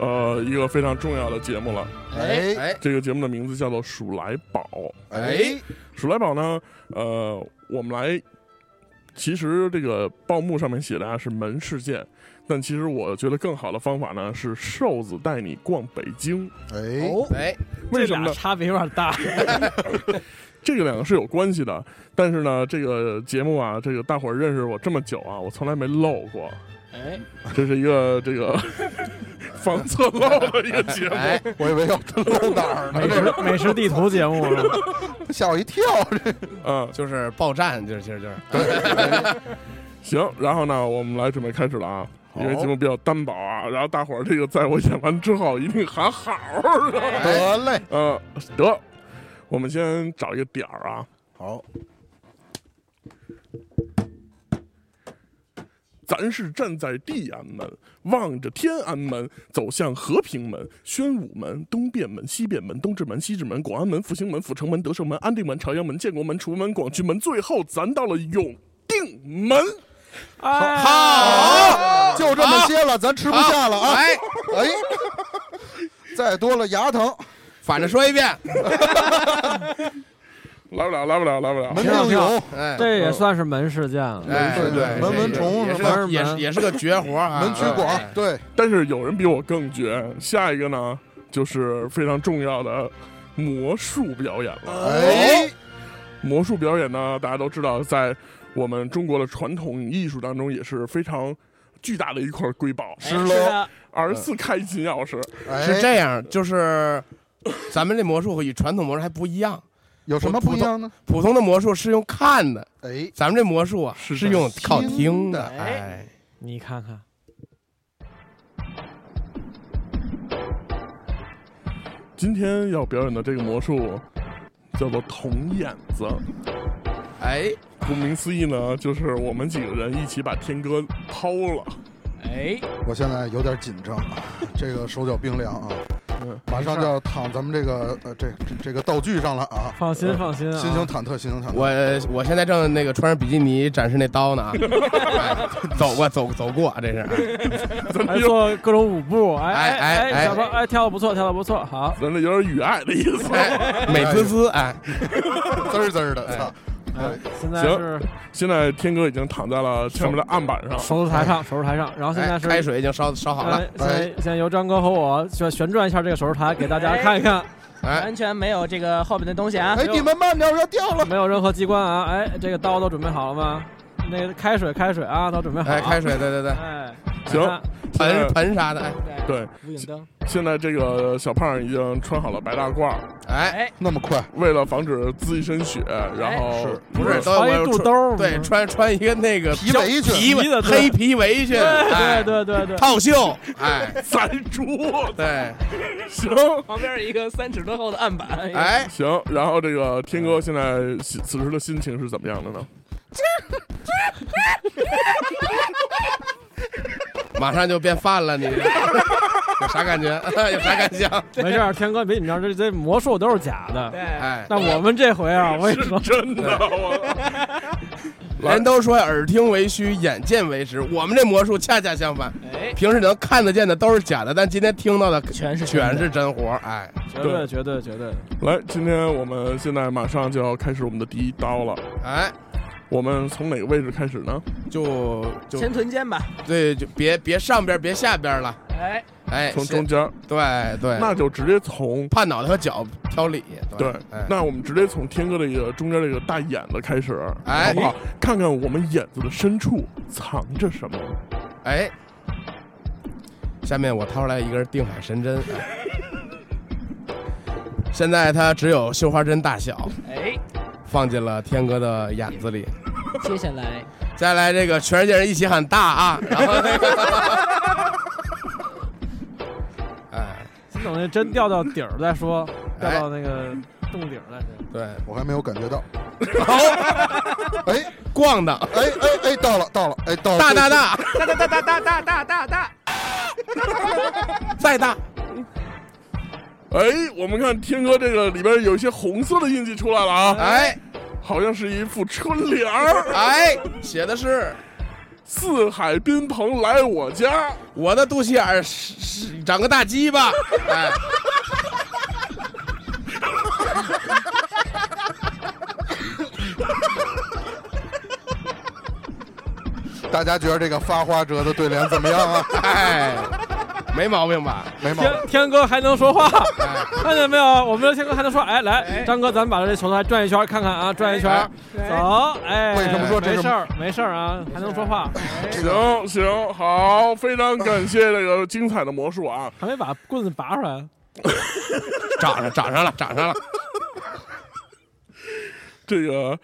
呃，一个非常重要的节目了。
哎，
哎
这个节目的名字叫做《数来宝》。
哎，
数来宝呢，呃，我们来，其实这个报幕上面写的啊是门事件，但其实我觉得更好的方法呢是瘦子带你逛北京。
哎，
哎，
为什么
这
呢
俩？差别有点大。
这个两个是有关系的，但是呢，这个节目啊，这个大伙儿认识我这么久啊，我从来没漏过。
哎，
这是一个这个防侧漏的一个节目。
哎，
我以为要漏哪儿呢，
美食美食地图节目 是吧？
这吓我一跳，这
嗯，
就是爆站，就是其实就是
行，然后呢，我们来准备开始了啊，
好
因为节目比较单薄啊，然后大伙儿这个在我演完之后一定喊好，知 道吗？
得嘞，
呃，得，我们先找一个点儿啊，
好，
咱是站在地安门，望着天安门，走向和平门、宣武门、东便门、西便门、东直门、西直门、广安门、复兴门、阜成门、德胜门、安定门、朝阳门、建国门、崇文门、广渠门，最后咱到了永定门。
啊
哎，
好，就这么些了，咱吃不下了啊，
哎，
哎，再多了牙疼，
反正说一遍，
来不了，来不了，来不了。
门上有，
哎，
这也算是门事件了。
哎，
对对
这
门文虫
也是
什
么
个也是也是个绝活啊，
门曲
哎
广，对，
但是有人比我更绝。下一个呢，就是非常重要的魔术表演了。
哎，
魔术表演呢，大家都知道，在我们中国的传统艺术当中也是非常巨大的一块瑰宝，
是的，
二十四开金钥匙。
哎
是这样，就是咱们这魔术与传统魔术还不一样，
有什么不一样呢？
普通的魔术是用看的，
哎，
咱们这魔术啊
是的
是用靠听
听的
哎，
你看看，
今天要表演的这个魔术叫做铜眼子，
哎，
顾名思义呢，就是我们几个人一起把天哥抛了。
哎，
我现在有点紧张啊，这个手脚冰凉啊
嗯，
马上就要躺咱们这个呃这这这个道具上了啊，
放心
嗯
放心啊，
心情忐忑，心情忐忑，
我我现在正那个穿着比基尼展示那刀呢啊，哎走过走走过，这是哎
咱这
还
有
做各种舞步，哎
哎哎
哎
哎
小包哎跳的不错，跳的不错，好，
咱这有点语爱的意思。
哎美滋滋哎，
滋儿滋儿的，啊操，
现在
行
是
现在天哥已经躺在了前面的案板上，
手术台上，手术台上，然后现在
哎
是
开水已经烧烧好
呃
了，
现在现在由张哥和我旋旋转一下这个手术台，给大家看一看，
哎
完全没有这个后边的东西啊
哎，，你们慢点，我要掉了，
没有任何机关啊，哎，这个刀都准备好了吗？那个开水开水啊，都准备好
哎
了，
开水对 对对，
哎，
行
你看
现在
盆盆啥的哎
对，
无影灯，
现在这个小胖已经穿好了白大褂，
哎。
那么快，
为了防止滋一身血，然后
是
不哎是，都
穿一
我
肚
穿
兜儿
对，
嗯
穿穿一个那个
皮围裙
皮
皮
围
的对
黑皮围裙，哎
对对对对，
套袖，哎，
三猪，
对，
行
旁边一个三尺多厚的案板，
哎，
行。然后这个天哥现在此此时的心情是怎么样 的呢？
马上就变饭了，你有啥感觉？ 有啥感想？
没事儿，天哥别紧张，这这魔术都是假的。
对，
哎，
但我们这回啊，我跟你说，
真的，我
人都说耳听为虚，眼见为实，我们这魔术恰恰相反。
哎，
平时能看得见的都是假的，但今天听到的
全是
全是真活儿。哎，
绝对绝对绝对，
来，今天我们现在马上就要开始我们的第一刀了。
哎，
我们从哪个位置开始呢？
就就
前臀肩吧，
对，就别别上边儿，别下边儿了。
哎，
哎，
从
是
中间，
对对，
那就直接从
怕脑袋和脚挑理。
对
哎，
那我们直接从天哥这个中间这个大眼子开始，
哎
好不好？看看我们眼子的深处藏着什么。
哎，下面我掏出来一根定海神针，哎 现在它只有绣花针大小，
哎，
放进了天哥的眼子里。
接下来
再来这个，全世界人一起喊大啊！ 然后那个，哎，
先等那针掉到底儿再说，掉到那个洞顶儿再说。
对，
我还没有感觉到，
好，
哎
逛的，
哎哎哎，到了到了，哎到了，
大大大，
大大大大大大大大大，
再大，
哎，我们看天哥这个里边有一些红色的印记出来了啊，
哎
好像是一副车帘儿。
哎，写的是
四海宾朋来我家，
我的肚脐眼儿是是长个大鸡巴， 哎，
大家觉得这个发花折的对联怎么样啊？
哎，没毛病吧？
没毛
天
病。
天哥还能说话，看见没有？我们的天哥还能说，哎，来，张哥，咱们把这球台转一圈看看啊，转一圈，走，哎，
为什么说这是
没事儿，没事儿啊，还能说话，
行行好，非常感谢这个精彩的魔术啊！
还没把棍子拔出来，
长上长上了，长上了。
这个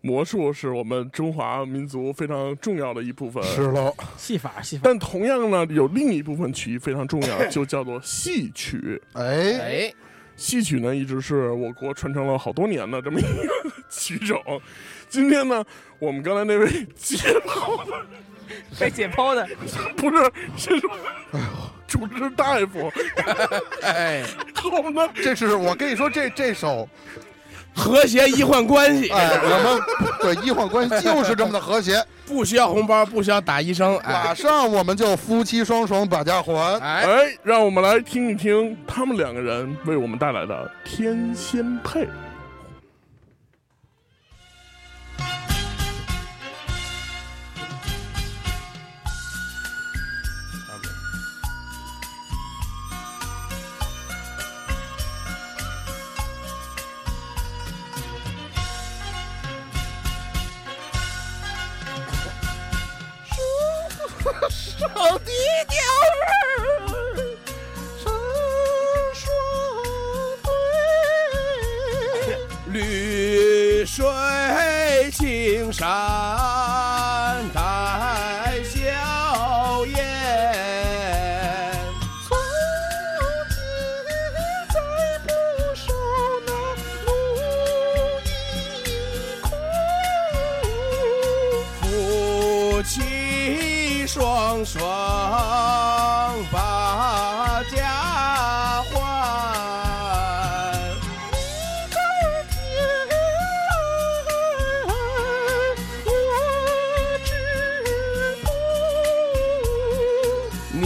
魔术是我们中华民族非常重要的一部分，
是喽，
戏法戏法，
但同样呢，有另一部分曲艺非常重要，就叫做戏曲。
哎，
哎，
戏曲呢，一直是我国传承了好多年的这么一个 曲种。今天呢，我们刚才那位 解剖的
被解剖的，
不是是哎主治大 夫，
哎，
我们呢
这是我跟你说，这这首，
和谐医患关系，
哎，我们对医患关系就是这么的和谐，
不需要红包，不需要打医生，
马
哎，
上我们就夫妻双双把家还。
哎，
哎，让我们来听一听他们两个人为我们带来的《天仙配》。
手提吊儿成双对，
绿水青山带笑颜，
从今再不受那奴役苦。
夫妻双双把家还。
你在天安，我知不。
你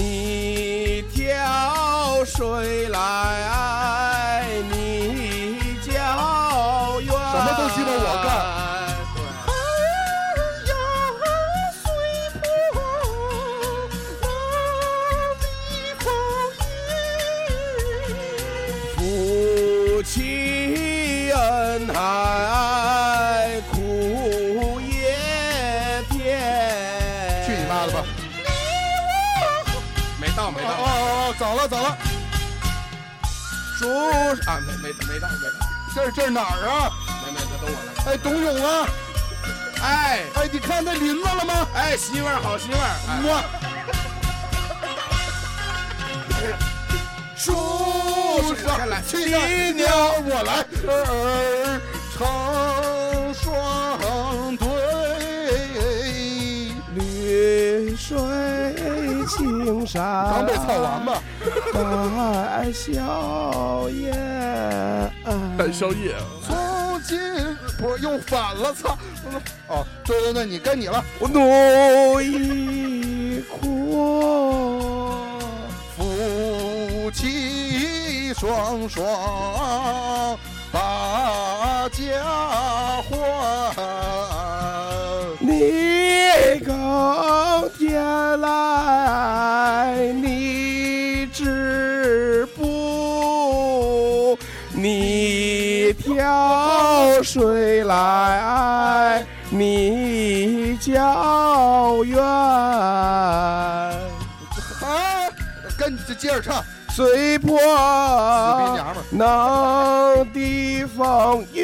挑水来，你浇园，
什么都鸡巴我
干。
儿呀，虽破哪里好意？
夫妻恩爱苦也甜。
去你妈的吧！！
没到，没
哦
到，
哦哦，走了走了，
叔啊，没没没到，没到，
这这是哪儿啊？
没没到，等我来。
哎，董永啊，
哎
哎，你看那林子了吗？
哎，媳妇儿好媳妇儿，哎
我。
叔
上
来，
七
七
鸟
娘。
我来，儿成双对。
绿水青山，
刚被操完吧？
带笑颜。
带哎宵夜，
从今不是又反了，操！哦，对对对，你该你了。
我努一苦，
夫妻双双把家还。
你耕田来，你织布，你挑水来，你浇园。
啊，跟你接着唱，
虽破
死逼娘们儿。
能抵风雨，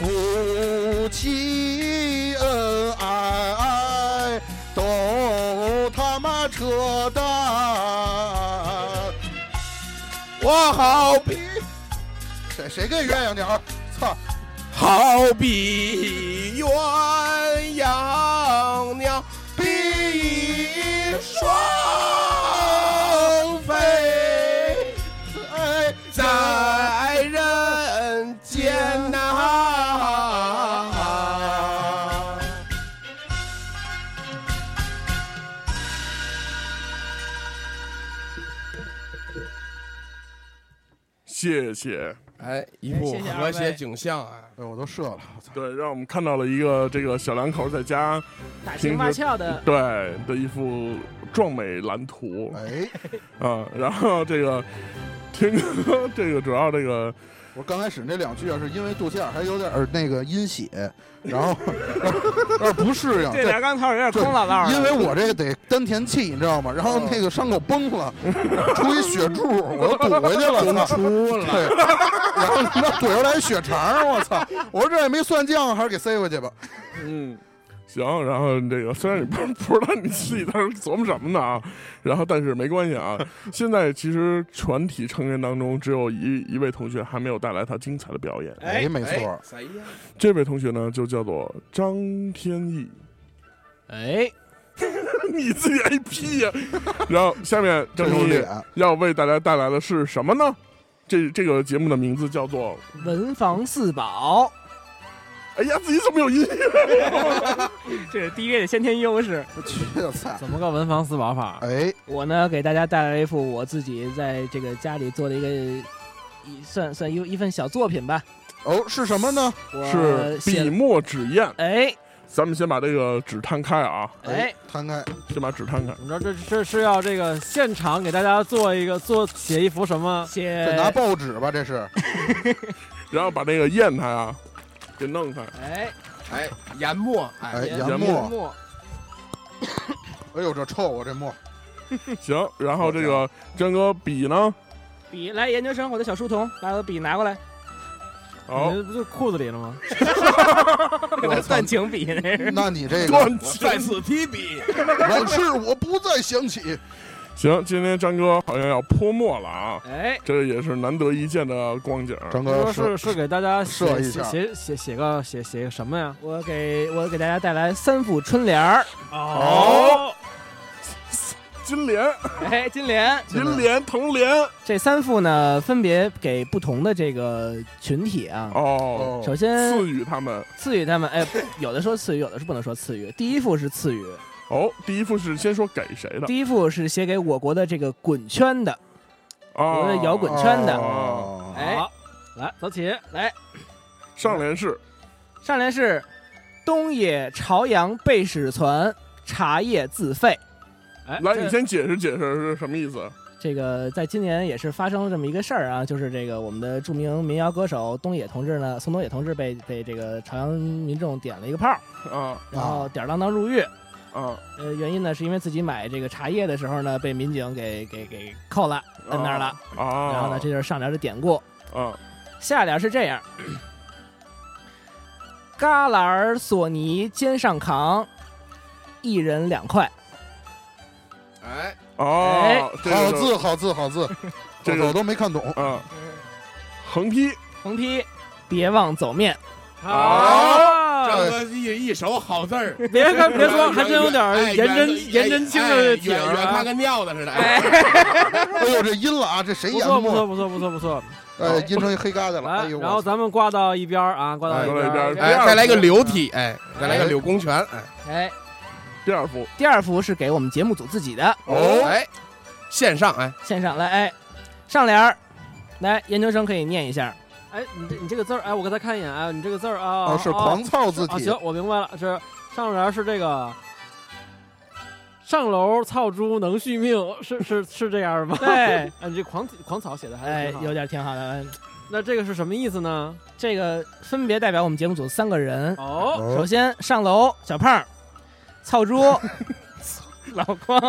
夫妻恩爱都他妈扯淡，
我好比
谁谁跟鸳鸯鸟？操！
好比鸳鸯鸟比翼双双飞在人间呐、
谢谢。
哎，一副
哎谢谢二
和谐
位
景象啊！
哎，我都射了，我操！
对，让我们看到了一个这个小两口在家
打
情
情
骂
骂俏的，
对的一幅壮美蓝图
哎，
啊、然后这个听 哥这个主要这个
我说刚开始那两句啊，是因为肚脐眼还有点儿那个阴血，然后有点不适应，
这俩钢头有点
对
空落落的，
因为我这个得丹田气，你知道吗？然后那个伤口崩了，出一血柱，我又堵回去了，操！
出
对，然后他妈怼出来血肠儿，我操！我说这也没蒜酱，啊还是给塞回去吧。
嗯。行，然后这个虽然你不不知道你自己在这儿琢磨什么呢啊，然后但是没关系啊。现在其实全体成员当中只有一一位同学还没有带来他精彩的表演，
哎，没错儿，
谁呀？
这位同学呢就叫做张天翼，
哎，
你自己挨批呀。然后下面 张
这有
天翼
脸，
要为大家带来的是什么呢？这这个节目的名字叫做……
文房四宝，
哎呀，自己怎么有音乐？
这是第一位的先天优势。
我去我操！
怎么个文房四宝法？
哎，
我呢给大家带来了一幅我自己在这个家里做的一个，一算算一一份小作品吧。
哦，是什么呢？
我
是
写
笔
了，
墨纸砚。
哎
咱们先把这个纸摊开啊，
哎，
摊开，
先把纸摊开。
怎么着？这这是要这个现场给大家做一个做写一幅什么？
哎写
这拿报纸吧，这是。
然后把这个砚台啊给弄 开。
哎
哎，研墨，
哎，
哎，
研
墨
墨，哎呦，这臭啊，这 墨。
行，然后这个真哥笔呢，
笔来，研究生，我的小书童，把我的笔拿过来，
好哦
你
嗯
这不就裤子里了吗？
我操
断！情笔那是。
那你 这个
断
我
气。
再次提笔。
往事我不再想起。
行，今天张哥好像要泼墨了啊，
哎，
这也是难得一见的光景。
张
说
哥
是是给大家写
射一
写
下
写写写个写写个什么呀？
我给我给大家带来三副春联儿，
哦，金莲、
哎，金莲，
银莲、藤莲。
这三副呢分别给不同的这个群体啊。
哦，
哦
首，先
赐予他们。
赐予他们，哎，不有的说赐予，有的是不能说赐予。第一副是赐予，
哦，第一幅是先说给谁的？
第一副是写给我国的这个滚圈的，我
哦
的，摇滚圈的
哦
哎，
好，来，走起，
来，
上联是
上联是“东野朝阳被使团，茶叶自费
哎，
嗯
来，
这
你先解释解释是什么意思？”。
这个在今年也是发生了这么一个事儿啊，就是这个我们的著名民谣歌手东野同志呢，宋东野同志被被这个朝阳民众点了一个炮，
啊
然后吊儿郎当入狱。
啊
呃，原因呢是因为自己买这个茶叶的时候呢，被民警给给给扣了，摁那儿了。
啊！
哦
然后呢，这就是上联的典故。
啊
下联是这样：旮旯儿索尼肩上扛，一人两块。
哎，
哦，这个
好字，好字，好字，
这个
我都没看懂。
啊，横批
横批：别忘走面。
啊
张哥一一手好字儿，
别看别说，还真有
哎
点颜
远
真颜真卿的景
哎
儿
远远看
啊。
跟尿的似的。哎
哎，
哎呦，这阴了啊，这谁
不
研
错不
墨？
错不错不错不错，
哎，阴成一黑疙瘩了。
来
哎，呦，
然后
我操
咱们挂到一边儿啊，挂到
哎
一
挂到一边儿
边
哎
儿。
哎，再来个流体，哎，再来个柳公权，哎，
哎，
第二幅
第二幅是给我们节目组自己的，
哦
哎，线上，哎，
线上来，哎，上联儿，来，研究生可以念一下。
哎，你这你这个字儿，哎，我刚才看一眼啊，你这个字儿啊，
哦，是狂躁字
啊，
体
行，。我明白了，是上联是这个上楼操猪能续命，是是是这 样吗？
对，
啊，你这狂 狂草写的还
哎
挺，好
有点挺好的。哎
那这个是什么意思呢？
这个分别代表我们节目组三个人。
哦，
首
哦，
先上楼，小胖儿，操猪，
老光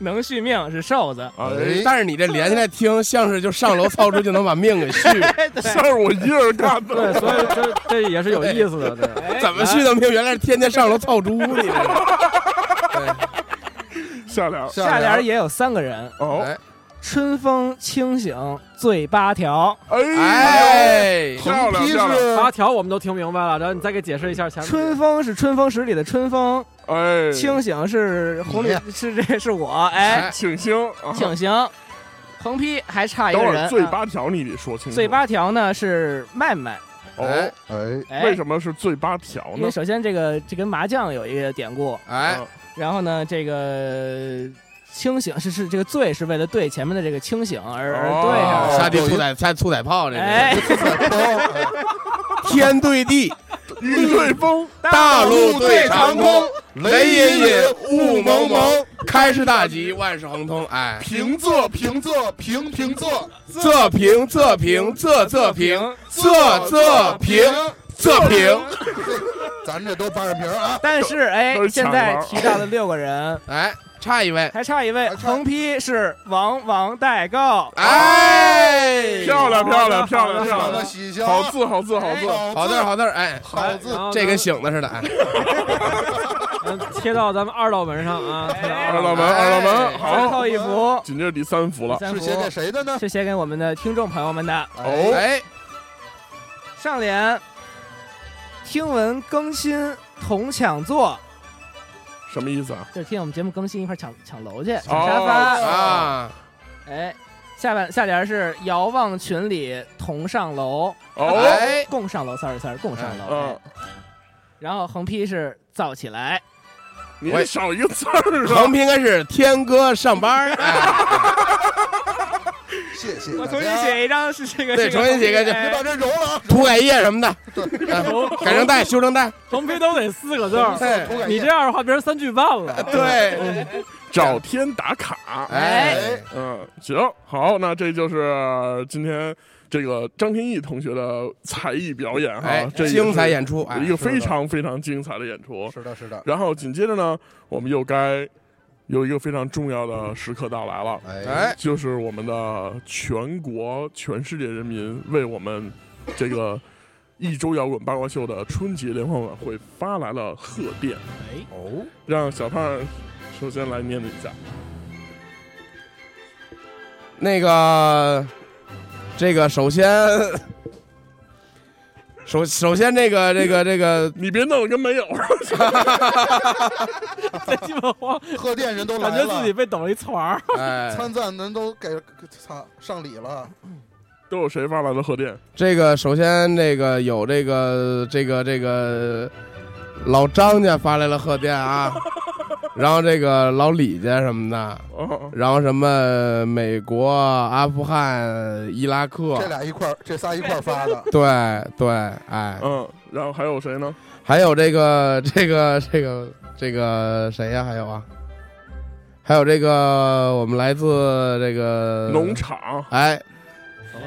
能续命是瘦子。
啊，
哎
但是你这连起来听，像是就上楼操出就能把命 给续，
哎
像是我一人干
对，
的。
所以这这也是有意思的，对。 哎
怎么续的命？原来是天天上楼操猪，你这个。
下联
下
联
联儿也有三个人，
哦
哎，
春风清醒醉八条，
哎，
哎，
漂亮
横批
漂亮
是
八条我们都听明白了，然后你再给解释一下前面。
春风是春风十里的春风，
哎，
清醒是红绿是这是我，哎，
请星啊，
清醒，横批还差一
等
个
会
人
儿。醉
啊
八条你得说清楚，
醉八条呢是麦麦，
哦，
哎，
哎，
为什么是醉八条
因
呢
为？首先这个这跟麻将有一个典故，
哎，
然后呢这个。清醒是是这个醉是为了对前面的这个清醒而而对上
哦
的，
下地粗仔下粗仔炮这
哎
是， 天对地，
雨对风，
大陆对长空，雷隐隐，雾
雾
蒙
蒙
蒙
蒙，
开市大吉，万事亨通，哎，
平仄平仄平平仄，
仄平仄平仄仄平仄仄平仄平，
咱这都八十平啊，
但是哎
都，是
现
抢
在
玩儿
提到了六个人，
哎，差一位，
还差一位，
还差
横批是王王代
哦
购。
哎，
漂亮漂亮漂亮漂
长得
亮，
喜笑，
好字好字好字，
好字儿好字儿，哎，
好字，
然后
这
咱
跟醒的似的，哎，
嗯贴到咱们二道门上啊，贴到
二
二
道门
哎
二道门，
最
好，
后一幅，
紧接着第三幅了，
三
是
幅
写给谁的呢？
是写给我们的听众朋友们的。
哦，
哎，
上联：听闻更新同抢座，
什么意思啊？
就是听我们节目更新一块儿抢抢楼去，抢
哦
沙发。
啊，
哎，下半下联是遥望群里同上楼，
哦，
哎，
共上楼，sorry sorry，共上楼。
嗯
哎，然后横批是造起来。
你
我也
少一个字儿啊，
横批应该是天哥上班儿， 哎，
谢谢，
我重新，写一张是这个，
对
这个
重新写一个
横批
就
你
哎
把这揉了啊，
涂改液什么的，哎改成带修成带，
横批都得四个字儿，
哎，
涂改
你
液
这样的话变成三句半了。
对，
找天打卡，
哎，
嗯，行，好，那这就是今天这个张天翼同学的才艺表演哈
哎，，
这也是
精彩演出，哎，
一个
是的
非常非常精彩的演出。
是的，是的，
然后紧接着呢，我们又该有一个非常重要的时刻到来了，
哎
哎，
就是我们的全国、全世界人民为我们这个一周摇滚八卦秀的春节联欢晚会发来了贺电。
哦，
让小胖首先来念一下。
那个，这个首先， 首首先这个这个这 个，
你别弄得跟没有 似的。
基本慌，
贺电人都
感
来
觉自己
了，
被抖了一团儿。
哎，
参赞人都给给操上礼了，
都有谁发来的贺电？
这个首先这个有这个这个这个老张家发来了贺电 啊，然后这个老李家什么的，
哦，
然后什么美国、啊阿富汗、伊拉克
这，俩一块儿，这仨一块儿发的，
对对，哎，
嗯，然后还有谁呢？
还有这个 这个这个这个谁呀、还有啊，还有这个我们来自这个
农，场、
哎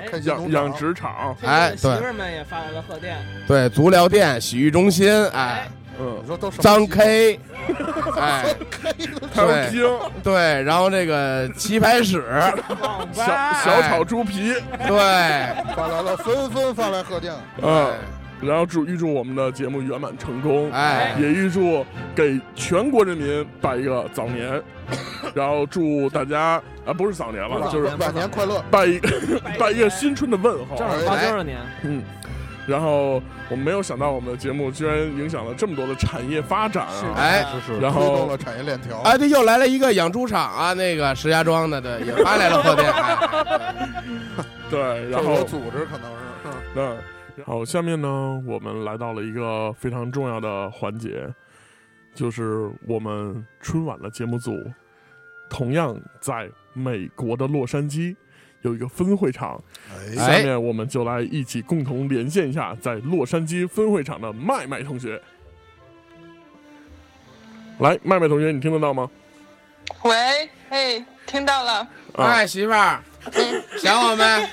开心
养
农
养
场
殖场，
哎
媳
对
妇儿们也发来了贺电，
对，足疗店、洗浴中心，哎，
嗯
你，说都什么
张
级
K，哎。
还有鸡，
对，然后这个棋牌室，
网
小
吧
小炒猪皮，
对，哎
发来了，纷纷发来贺电，
嗯，然后祝预祝我们的节目圆满成功，
哎
也预祝给全国人民拜一个早年，然后祝大家啊不是早年了，就是
晚年快乐，
拜一个 拜一个新春的问候
正，好八九二年，
嗯。然后我们没有想到，我们的节目居然影响了这么多的产业发展啊！
哎，
是是，
然后
推动了产业链条，
哎，对，又来了一个养猪场啊，那个石家庄的，对，也发来了贺电，哎
对，
这
然
是
后
我组织可能是，嗯
那好，下面呢，我们来到了一个非常重要的环节，就是我们春晚的节目组，同样在美国的洛杉矶有一个分会场，
哎，
下面我们就来一起共同连线一下在洛杉矶分会场的麦麦同学。来，麦麦同学，你听得到吗？
喂，哎，听到了。
啊，
哎，媳妇儿，想我们？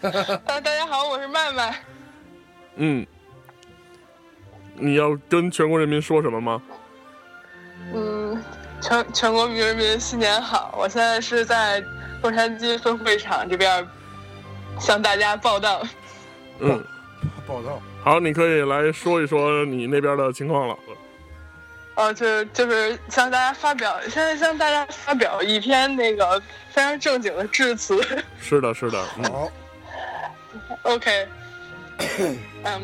呃，大家好，我是麦麦。
嗯，你要跟全国人民说什么吗？
嗯，全全国人民新年好！我现在是在洛杉矶分会场这边向大家报道。
嗯，
报道，
好，你可以来说一说你那边的情况了。
呃，就就是向大家发表，现在向大家发表一篇那个非常正经的致辞。
是的，是的，嗯，
好，
Okay. um,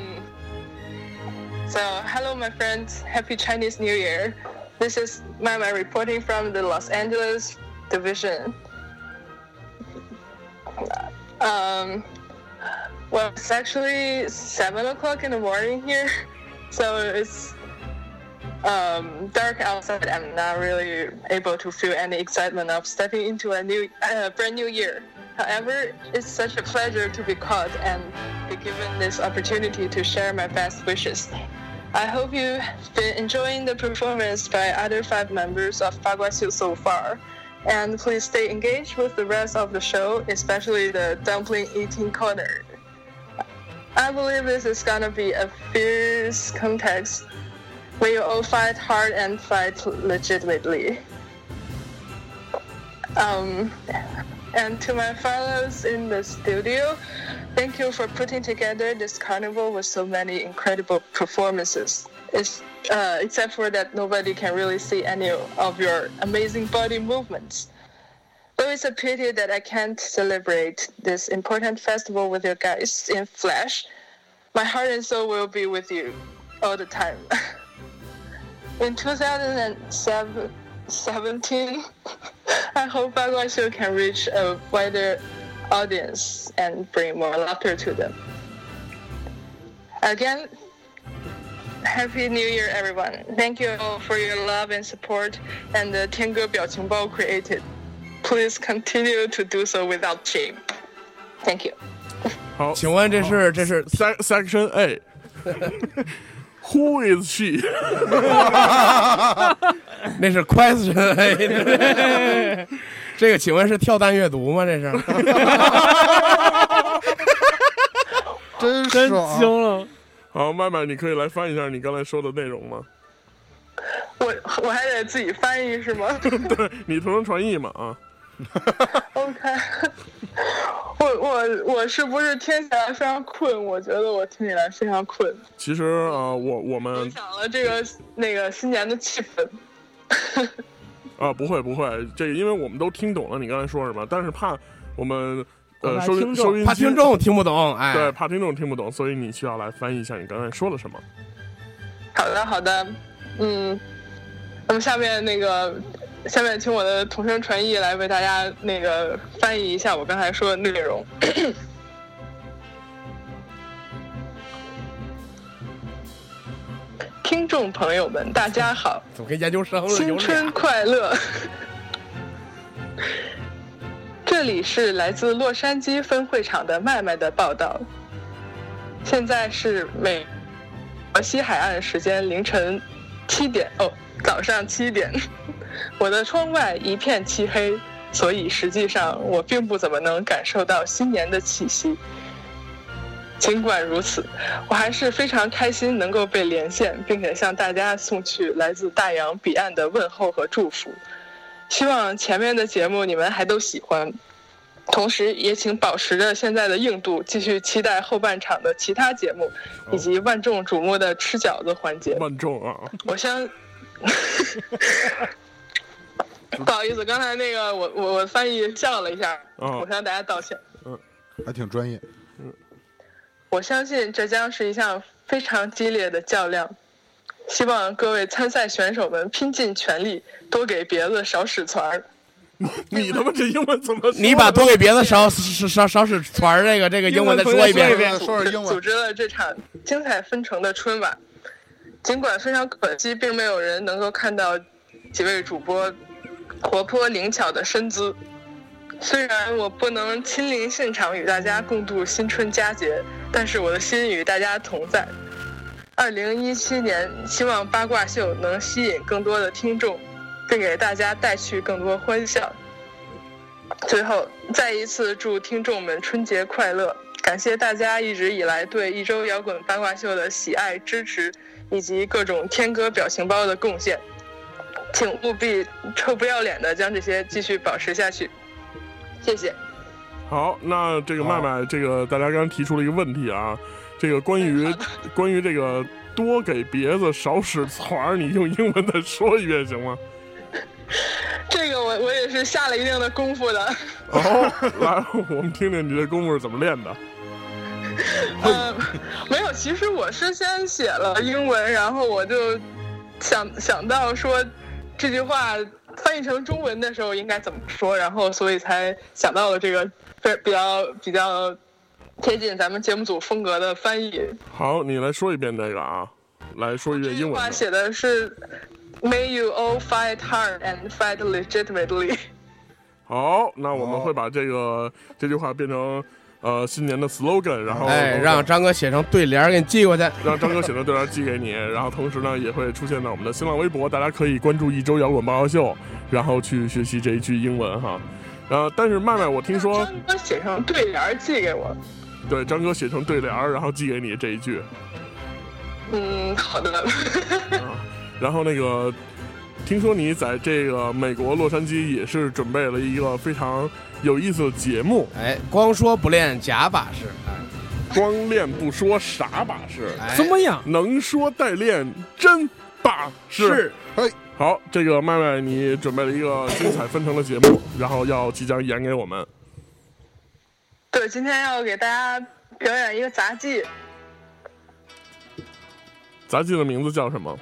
so, hello, my friends. Happy Chinese New Year. This is Mama reporting from the Los Angeles division. Um, well, it's actually seven o'clock in the morning here, so it's um, dark outside. I'm not really able to feel any excitement of stepping into a new, uh, brand new year. However, it's such a pleasure to be called and be given this opportunity to share my best wishes. I hope you've been enjoying the performance by other five members of Baguasu so far. And please stay engaged with the rest of the show, especially the dumpling eating corner. I believe this is gonna be a fierce contest. We all fight hard and fight legitimately. Um, and to my fellows in the studio, thank you for putting together this carnival with so many incredible performances. It's, uh, except for that, nobody can really see any of your amazing body movements. Though it's a pity that I can't celebrate this important festival with you guys in flesh, my heart and soul will be with you all the time. in 2017, I hope Bagua Show can reach a wider audience and bring more laughter to them. Again, Happy New Year, everyone! Thank you all for your love and support and the Tango 表情包 created. Please continue to do so without shame. Thank you.
好
请问这是这是
，sec section A。Who is she？
那是 question A，这个请问是跳蛋阅读吗？这是
真
真
爽
惊了，
好，麦麦，你可以来翻译一下你刚才说的内容吗？
我我还得自己翻译是 吗
对你图中传译嘛啊，
？OK，我我我是不是听起来非常困？我觉得我听起来非常困，
其实啊、呃我我们
影响了这个那个新年的气氛。
啊、不会不会，这个因为我们都听懂了你刚才说什么，但是怕我们呃
怕
收音
听众
收音
怕
机
听众听不懂，哎，
对怕听众听不懂，所以你需要来翻译一下你刚才说了什么。
好的，好的，嗯，那么下面那个，下面请我的同声传译来为大家那个翻译一下我刚才说的内容。 听众朋友们，大家好，
怎么跟研究生似的？有
新春
俩
快乐！这里是来自洛杉矶分会场的麦麦的报道。现在是美国西海岸时间凌晨七点哦，早上七点。我的窗外一片漆黑，所以实际上我并不怎么能感受到新年的气息。尽管如此，我还是非常开心能够被连线，并且向大家送去来自大洋彼岸的问候和祝福。希望前面的节目你们还都喜欢，同时也请保持着现在的硬度，继续期待后半场的其他节目，以及万众瞩目的吃饺子环节。
哦万众啊，
我相，不好意思，刚才那个我我我翻译笑了一下，
哦
我向大家道歉。
还挺专业。
我相信这将是一项非常激烈的较量，希望各位参赛选手们拼尽全力，多给别子少使团儿。
你他妈这英文怎么说的？啊
你把多给别的少少少少使团儿这个这个英文再说一遍
英文重新说一遍说说英文
嗯组织了这场精彩纷呈的春晚。尽管非常可惜，并没有人能够看到几位主播活泼灵巧的身姿。虽然我不能亲临现场与大家共度新春佳节，但是我的心与大家同在。二零一七年，希望八卦秀能吸引更多的听众，并给大家带去更多欢笑。最后，再一次祝听众们春节快乐！感谢大家一直以来对一周摇滚八卦秀的喜爱、支持，以及各种天歌表情包的贡献。请务必臭不要脸的将这些继续保持下去，谢谢。
好，那 这个麦麦，这个大家刚刚提出了一个问题啊，这个关于关于这个多给别子，少使团儿。你用英文再说一遍行 吗？
这个我我也是下了一定的功夫的。
哦，来，我们听听你这功夫是怎么练的。
嗯，没有，其实我是先写了英文，然后我就想想到说这句话翻译成中文的时候应该怎么说，然后所以才想到了这个非比较比较贴近咱们节目组风格的翻译。
好，你来说一遍这个啊，来说一遍英文
话
的。
写的是 “May you all fight hard and fight legitimately”。
好，那我们会把这个这句话变成呃新年的 slogan，然后
哎，让张哥写成对联儿给你寄过去。
让张哥写的对联寄给你，然后同时呢也会出现在我们的新浪微博，大家可以关注一周摇滚爆笑秀，然后去学习这一句英文哈。然后，但是麦麦，我听说
张哥写上对联儿寄给我。
对张哥写成对联儿，然后寄给你这一句，
嗯，好的。
然后那个，听说你在这个美国洛杉矶也是准备了一个非常有意思的节目，
哎，光说不练假把式，
光练不说啥把式，
哎
怎么样？
能说带练真把式。
是
哎，
好，这个麦麦，你准备了一个精彩纷呈的节目，然后要即将演给我们。
对，今天要给大家表演一个杂技，
杂技的名字叫什么？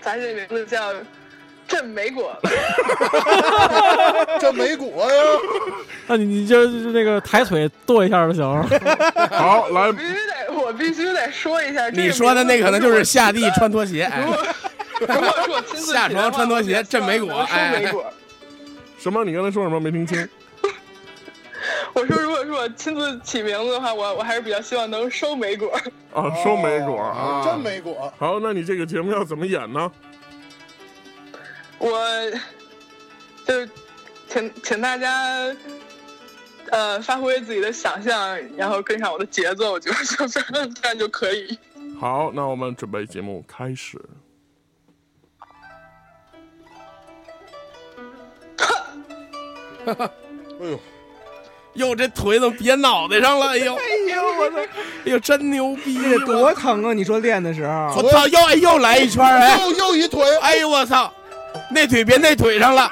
杂技的名字叫《镇美果》。
这美国呀，
那你你就就是那个抬腿跺一下就行了。
好，来
我，必须得，我必须得说一下。
你说的那可能就是下地穿拖鞋，哎，
这个名字如果是我亲自
下床穿拖鞋
镇
镇美果哎
美果。
什么？你刚才说什么？没听清。
我说，如果是我亲自起名字的话，我我还是比较希望能收梅果。
啊，收梅果啊。
真美国，
好，那你这个节目要怎么演呢？
我就是请请大家呃发挥自己的想象，然后跟上我的节奏，我觉得就这样这样就可以。
好，那我们准备节目开始。
哎呦，
哟，这腿怎么别脑袋上了？哎呦，哎呦，我操！哎呦，真牛逼！
这多疼啊！你说练的时 候，
我操！又哎又来一圈儿，哎
又又一腿，
哎呦，我操！那腿别那腿上了，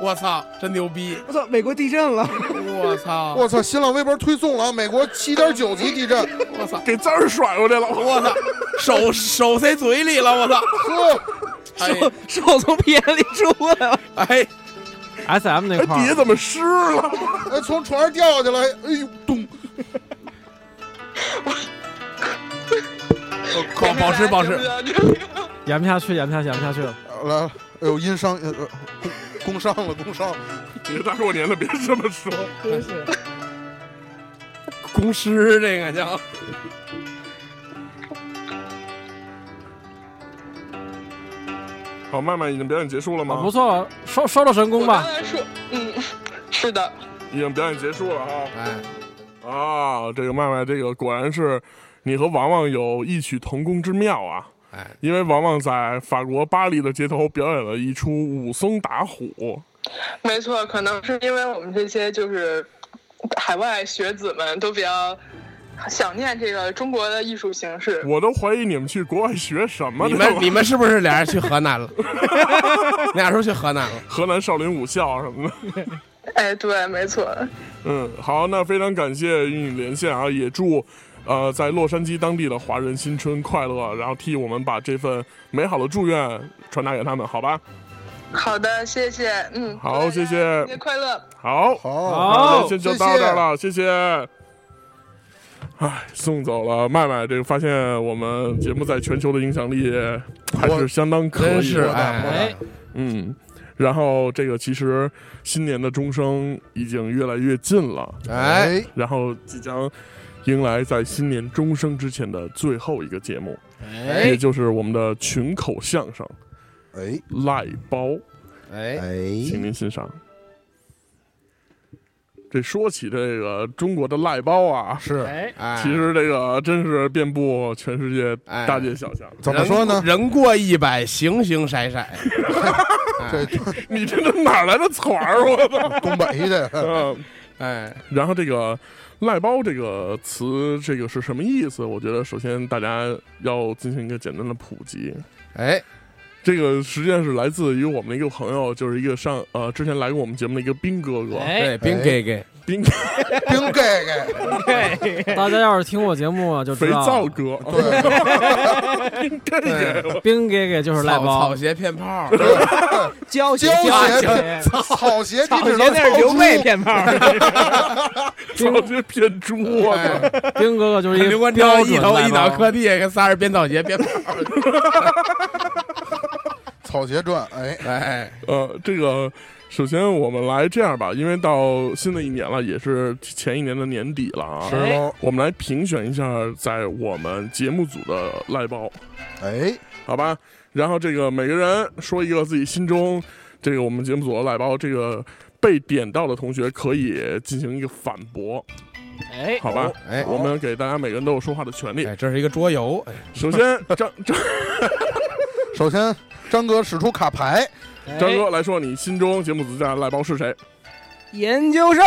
我操！真牛逼！
我操，美国地震了，
我操！
我操！新浪微博推送了啊，美国七点九级地震，
我操！
给字儿甩过去了，
我操！手手塞嘴里了，我操！
呵，
哎
手从屁眼里出来了。
哎，
S M 那
哎，
块
底下
儿，
怎么湿了？
哎，从床上掉下去了，哎呦，咚，
保保持保 持。
大家节目就到这里
演不下去，演不下去，演不下去了。
来了，哎呦，殷商，呃呃工工伤了，工伤了，
你大过年的别这么说。
公尸这个叫。
好，麦麦已经表演结束了
啊
吗？
不错了，收收了神
我
功
刚
吧。
才说，嗯，是的，
已经表演结束了啊。
哎，
啊，这个麦麦，这个果然是你和王王有异曲同工之妙啊！
哎，
因为王王在法国巴黎的街头表演了一出武松打虎，
没错，可能是因为我们这些就是海外学子们都比较想念这个中国的艺术形式。
我都怀疑你们去国外学什么
你
呢？
们你们是不是俩人去河南了？俩时候去河南了？
河南少林武校什么的。
哎，对，没错，
嗯，好，那非常感谢与你连线啊，也祝。呃，在洛杉矶当地的华人新春快乐，然后替我们把这份美好的祝愿传达给他们，好吧？
好的，谢谢，嗯，
好
祝大家
谢谢
新年快乐。
好，
好，
好
好
的，，先就
谢
到
谢
这儿了，谢谢。唉，送走了麦麦，这个发现我们节目在全球的影响力还是相当可
真
以
是
的，
哎，
嗯。然后这个其实新年的钟声已经越来越近了，
哎，
然后即将迎来在新年钟声之前的最后一个节目，
哎
也就是我们的群口相声
哎
《赖包》。
哎，
请
哎，
您欣赏。这说起这个中国的赖包啊，
是
哎，
哎
其实这个真是遍布全世界
哎
大街小巷。
怎么说呢？
人人过一百，形形色色。
这
哎
你这都哪来的词儿？我操！
东北的，
嗯，
哎，
然后这个“赖包”这个词，这个是什么意思？我觉得首先大家要进行一个简单的普及。
哎，
这个实际上是来自于我们的一个朋友，就是一个上呃之前来过我们节目的一个兵哥哥，
哎对兵
给
给给
兵
冰盖盖，
大家要是听我节目啊，就知
肥
道
皂
了
哥，
对
冰给给就是赖
草
包
草，鞋骗炮，
胶
胶鞋，草鞋，你只能
那是刘备骗炮，
我这骗猪啊！
哎
冰哥哥就是一
刘关
标
张
准
一头
赖
一脑
包
磕地，跟仨人编草鞋 编炮。
草鞋传，哎，
哎，
呃，这个首先我们来这样吧，因为到新的一年了，也是前一年的年底了啊。
是喽，
我们来评选一下在我们节目组的赖包，
哎，
好吧？然后这个每个人说一个自己心中这个我们节目组的赖包，这个被点到的同学可以进行一个反驳，
哎，
好吧？
哎
我们给大家每个人都有说话的权利。
哎，这是一个桌游，哎
首 先，张张
首先张哥使出卡牌，
哎
张哥来说，你心中节目组的赖包是谁？
研究生，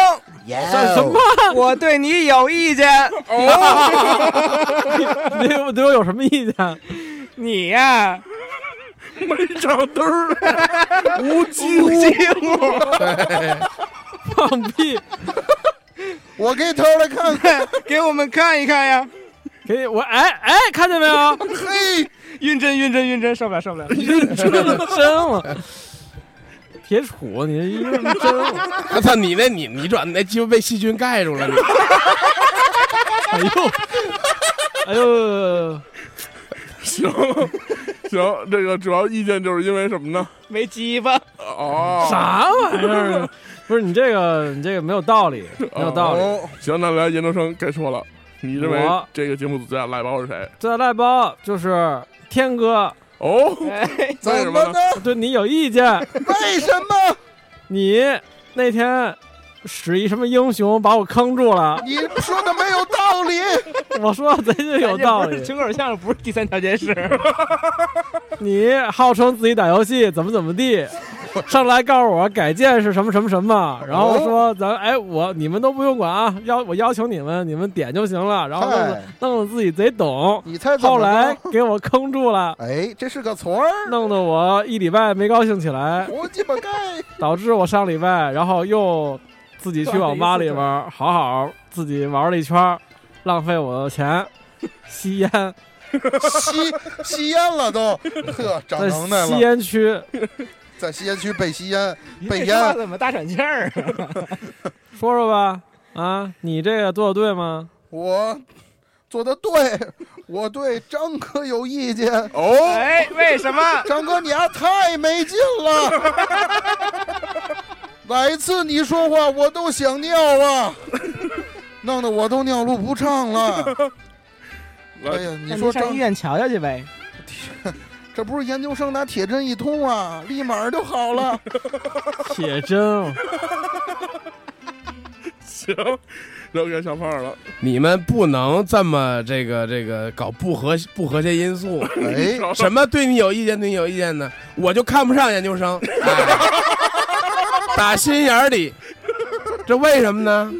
哎
算
什 么？ 我对你有意见，
你有你有什么意见？
你呀、
没长灯 儿，无机物。
放屁！
我给你偷来看看，
给我们看一看呀！
给我哎哎，看见没有？
嘿，
晕针，晕针，晕针，受不了，受不了！
真了，铁杵，你这一个人真了。
我操 你那你你转那鸡巴被细菌盖住了，你
哎呦，哎呦，
行行，这个主要意见就是因为什么呢？
没鸡巴，
哦，
啥玩意儿啊？不是你这个，你这个没有道理，没有道理。
哦行，那来研究生该说了，你认为
我
这个节目组最佳赖包是谁？
这赖包就是天哥
哦，
哎
怎
为什
么
么
呢
呢？
对你有意见，
为什么？
你那天使一什么英雄把我坑住了？
你说的没有道理，
我说贼
哎
就有道
哎
理。
群口相声不是第三条件事，
你号称自己打游戏怎么怎么 地，上来告诉我改建是什么什么什么，然后
哦
说咱哎我你们都不用管啊，要我要求你们你们点就行了，然后弄得
嗨
弄得自己贼懂，
你猜怎么
后
着
来给我坑住了。
哎，这是个词儿，
弄得我一礼拜没高兴起来，
我鸡巴盖，
导致我上礼拜然后又自己去网吧里
撞
边好好自己玩了一圈儿，浪费我的钱，吸烟，
吸吸烟了都，呵，长
在
能耐
吸
了，
烟区
在吸烟区被吸烟，被
这
淹
他妈怎么大喘气儿啊？
说说吧啊，你这个做的对吗？
我做的对，我对张哥有意见，
哦，
哎，为什么？
张哥你丫太没劲 了。哪一次你说话我都想尿啊，弄得我都尿路不畅了。
来
哎呀，你
那
说
上
张
医院瞧瞧去呗。
这不是研究生拿铁针一通啊，立马就 好了。
铁针，
行，然后该小胖了，
你们不能这么这个这个搞不和不和谐因素。
哎，
什么对你有意见，对你有意见呢？我就看不上研究 生，哎、打心眼儿里，这为什么呢？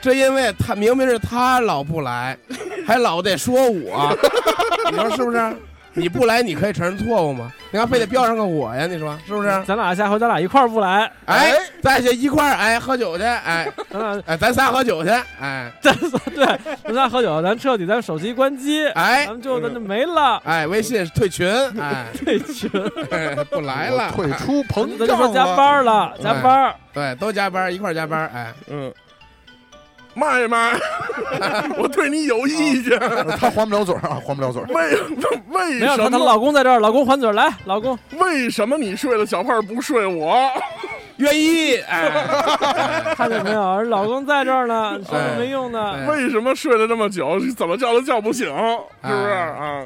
这因为他明明是他老不来，还老得说我，你说是不是？你不来，你可以承认错误吗？你看非得标上个我呀？你说是不是？
咱俩下回咱俩一块儿不来，
哎，咱去一块儿哎喝酒去，哎
咱俩
哎，咱仨喝酒去，哎
咱仨对，咱仨喝酒，咱彻底咱手机关机，咱
哎
们就咱就没了。
哎，微信退群，哎，
退群，
哎不来
我
了，
退出膨
咱就说
胀
加
了。
班了，加班。
对，都加班一块儿加班，哎。
嗯，骂一骂， 我对你有意见，
呃他还不了嘴儿啊，还不了 嘴儿。
为为
没有，她
什
她
么
老公在这儿，老公还嘴来，老公，
为什么你睡了小胖不睡我？
愿意，哎，
看见没有？老公在这 儿呢，说的没用的。
哎
为什么睡了这么久，怎么叫都叫不醒？是不是啊？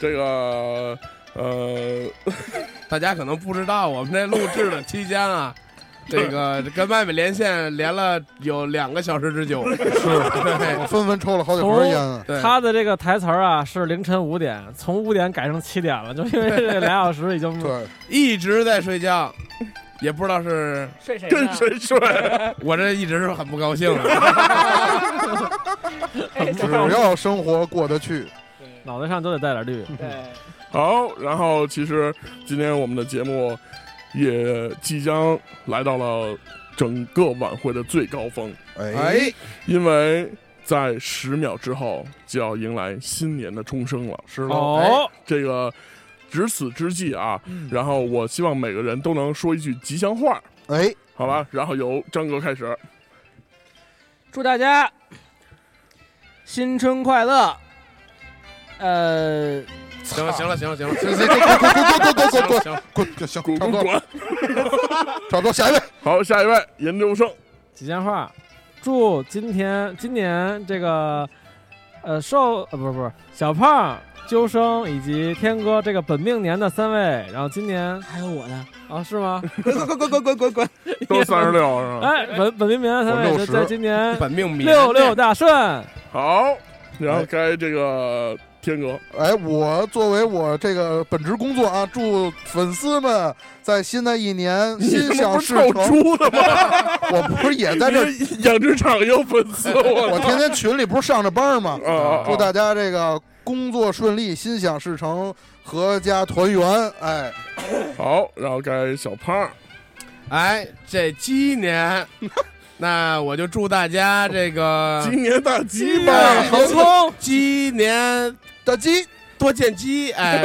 这个呃，
大家可能不知道，我们这录制的期间啊，这个跟外面连线连了有两个小时之久，
我哎纷纷抽了好几盒烟啊。
对，
他的这个台词儿啊是凌晨五点，
嗯
从五点改成七点了，就因为这俩小时已经
对，
一直在睡觉，也不知道是
睡谁呢
跟谁睡？
我这一直是很不高兴啊的。
嗯
只要生活过得去，
脑袋上都得带点绿。
嗯
对，
好，然后呃其实今天我们的节目也即将来到了整个晚会的最高峰，
哎
哎，
因为在十秒之后就要迎来新年的钟声了。
是喽，
哦，
哎
这个值此之际啊，然后我希望每个人都能说一句吉祥话，
哎，
好吧？然后由张哥开始。
祝大家新春快乐。呃，
行了，行了，行了，行了，
这这这滚滚滚滚滚
行了，
滚滚，行，
滚
差
滚
不多，
滚！
差不多，下一位，
好，下一位严 重生，
吉祥话，祝今天今年这个呃瘦呃不是不是小胖、究生以及天哥这个本命年的三位，然后今年
还有我呢，
啊 是吗？
都三十六是
啊
吧？
哎，本本命年的三位
我
就
60
在今年
本命迷
六六大顺。
好，然后该这个天哥，
哎，我作为我这个本职工作啊，祝粉丝们在新的一年
你
心
他妈
想
不是
事
臭
成。
猪的吗？
我不是也在这儿，
你这养殖场也有粉丝， 我
我
操
天天群里不是上着班吗？
啊啊！啊
祝大家这个工作顺利，心想事成，阖家团圆。哎，
好，然后该小胖，
哎，这鸡年，那我就祝大家这
啊
个
今年大鸡
哎
吧，
好聪，鸡年
大鸡，
多见鸡，哎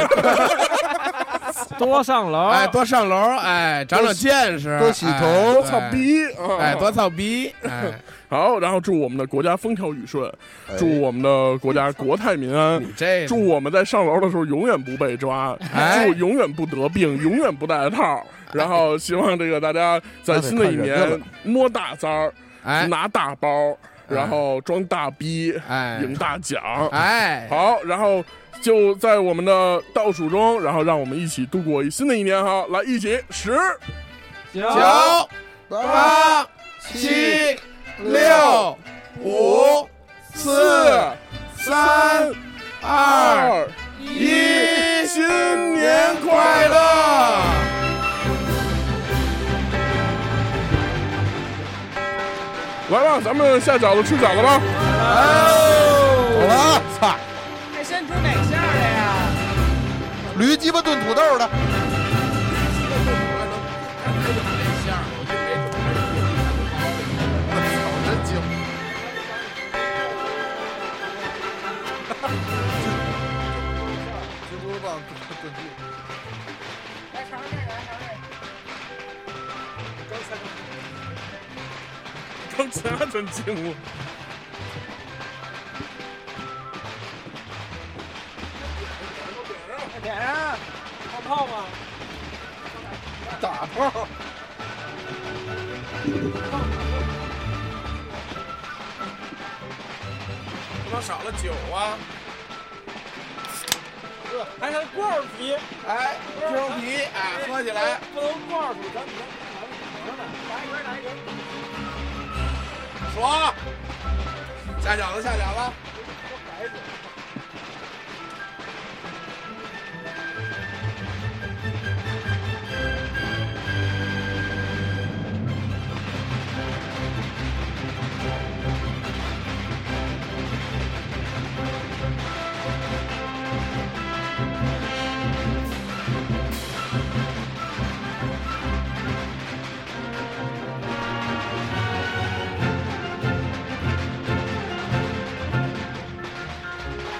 多上楼，
哎，多上楼，哎，长长见识，
多洗
哎
头
对
多操逼啊！
哎，多操逼，哎，
好，然后祝我们的国家风调雨顺，
哎
祝我们的国家国泰民安。
你这
祝我们在上楼的时候永远不被抓，
哎
祝永远不得病，永远不戴套。然后希望这个大家在新的一
那得看
年
人
摸大三儿，
哎
拿大包，
哎
然后装大逼，
哎
赢大奖。
哎，
好，然后就在我们的倒数中，然后让我们一起度过一新的一年哈，来一起十。
行
九八
七
七六五四三二
二，
一，
新年快乐！来吧，咱们下饺子吃饺子 吧。
好了啊，操，
这伸出哪下来呀？
驴鸡巴炖土豆的。真精。直播棒炖鸡。
刚才真惊了。
点上，泡泡吗？
打炮。
不能少了酒啊！
还是罐儿皮，
哎，猪皮，哎，喝起来。
不能罐儿皮，咱们咱们拿一根，
爽！下饺子，下饺子。
哎，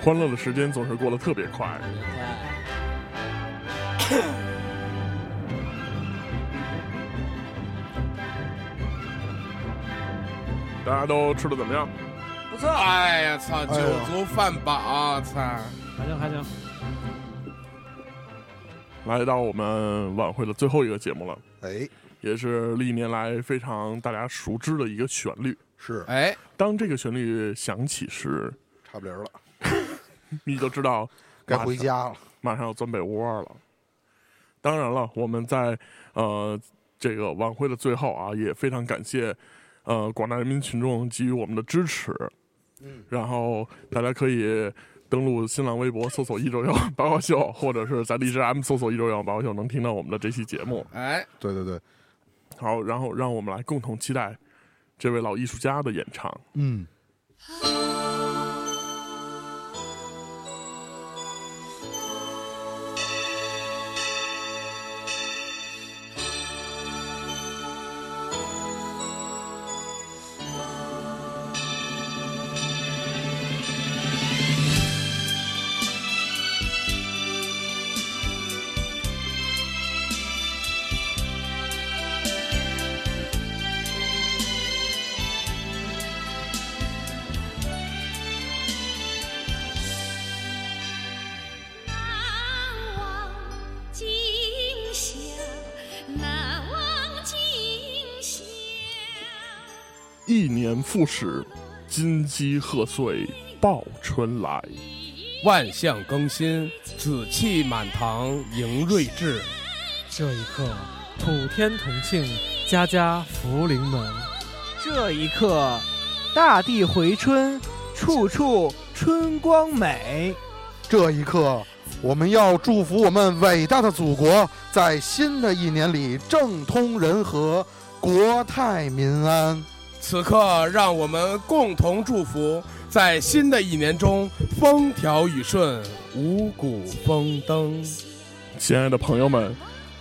欢乐的时间总是过得特别快。大家都吃的怎么样？
不错。
哎呀，操！酒
哎呦
足饭饱，啊操！
还行还行。
来到我们晚会的最后一个节目了，
哎，
也是历年来非常大家熟知的一个旋律。
是，
哎，
当这个旋律响起时，
差不离儿了，
你就知道
该
马
回
上
家了。
马上要钻被窝了。当然了，我们在呃这个晚会的最后啊，也非常感谢呃广大人民群众给予我们的支持。嗯，然后大家可以登录新浪微博搜索“一周幺八卦秀”，或者是在荔枝 M 搜索“一周幺八卦秀”，能听到我们的这期节目。
哎，
对对对，
好，然后让我们来共同期待这位老艺术家的演唱。
嗯，
难忘今宵，难忘今宵。
一年复始，金鸡贺岁报春来。
万象更新，紫气满堂，迎瑞至。
这一刻，普天同庆，家家福临门。
这一刻，大地回春，处处春光美。
这一刻，我们要祝福我们伟大的祖国，在新的一年里政通人和，国泰民安。
此刻，让我们共同祝福，在新的一年中风调雨顺，五谷丰登。
亲爱的朋友们，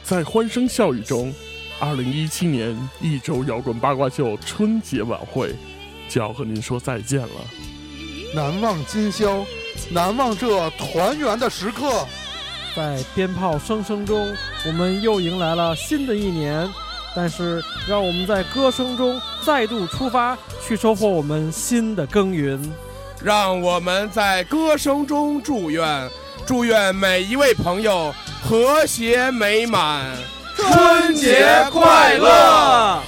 在欢声笑语中，二零一七年一周摇滚八卦秀春节晚会就要和您说再见了。
难忘今宵，难忘这团圆的时刻。
在鞭炮声声中，我们又迎来了新的一年。但是，让我们在歌声中再度出发，去收获我们新的耕耘。
让我们在歌声中祝愿，祝愿每一位朋友和谐美满，春节快乐。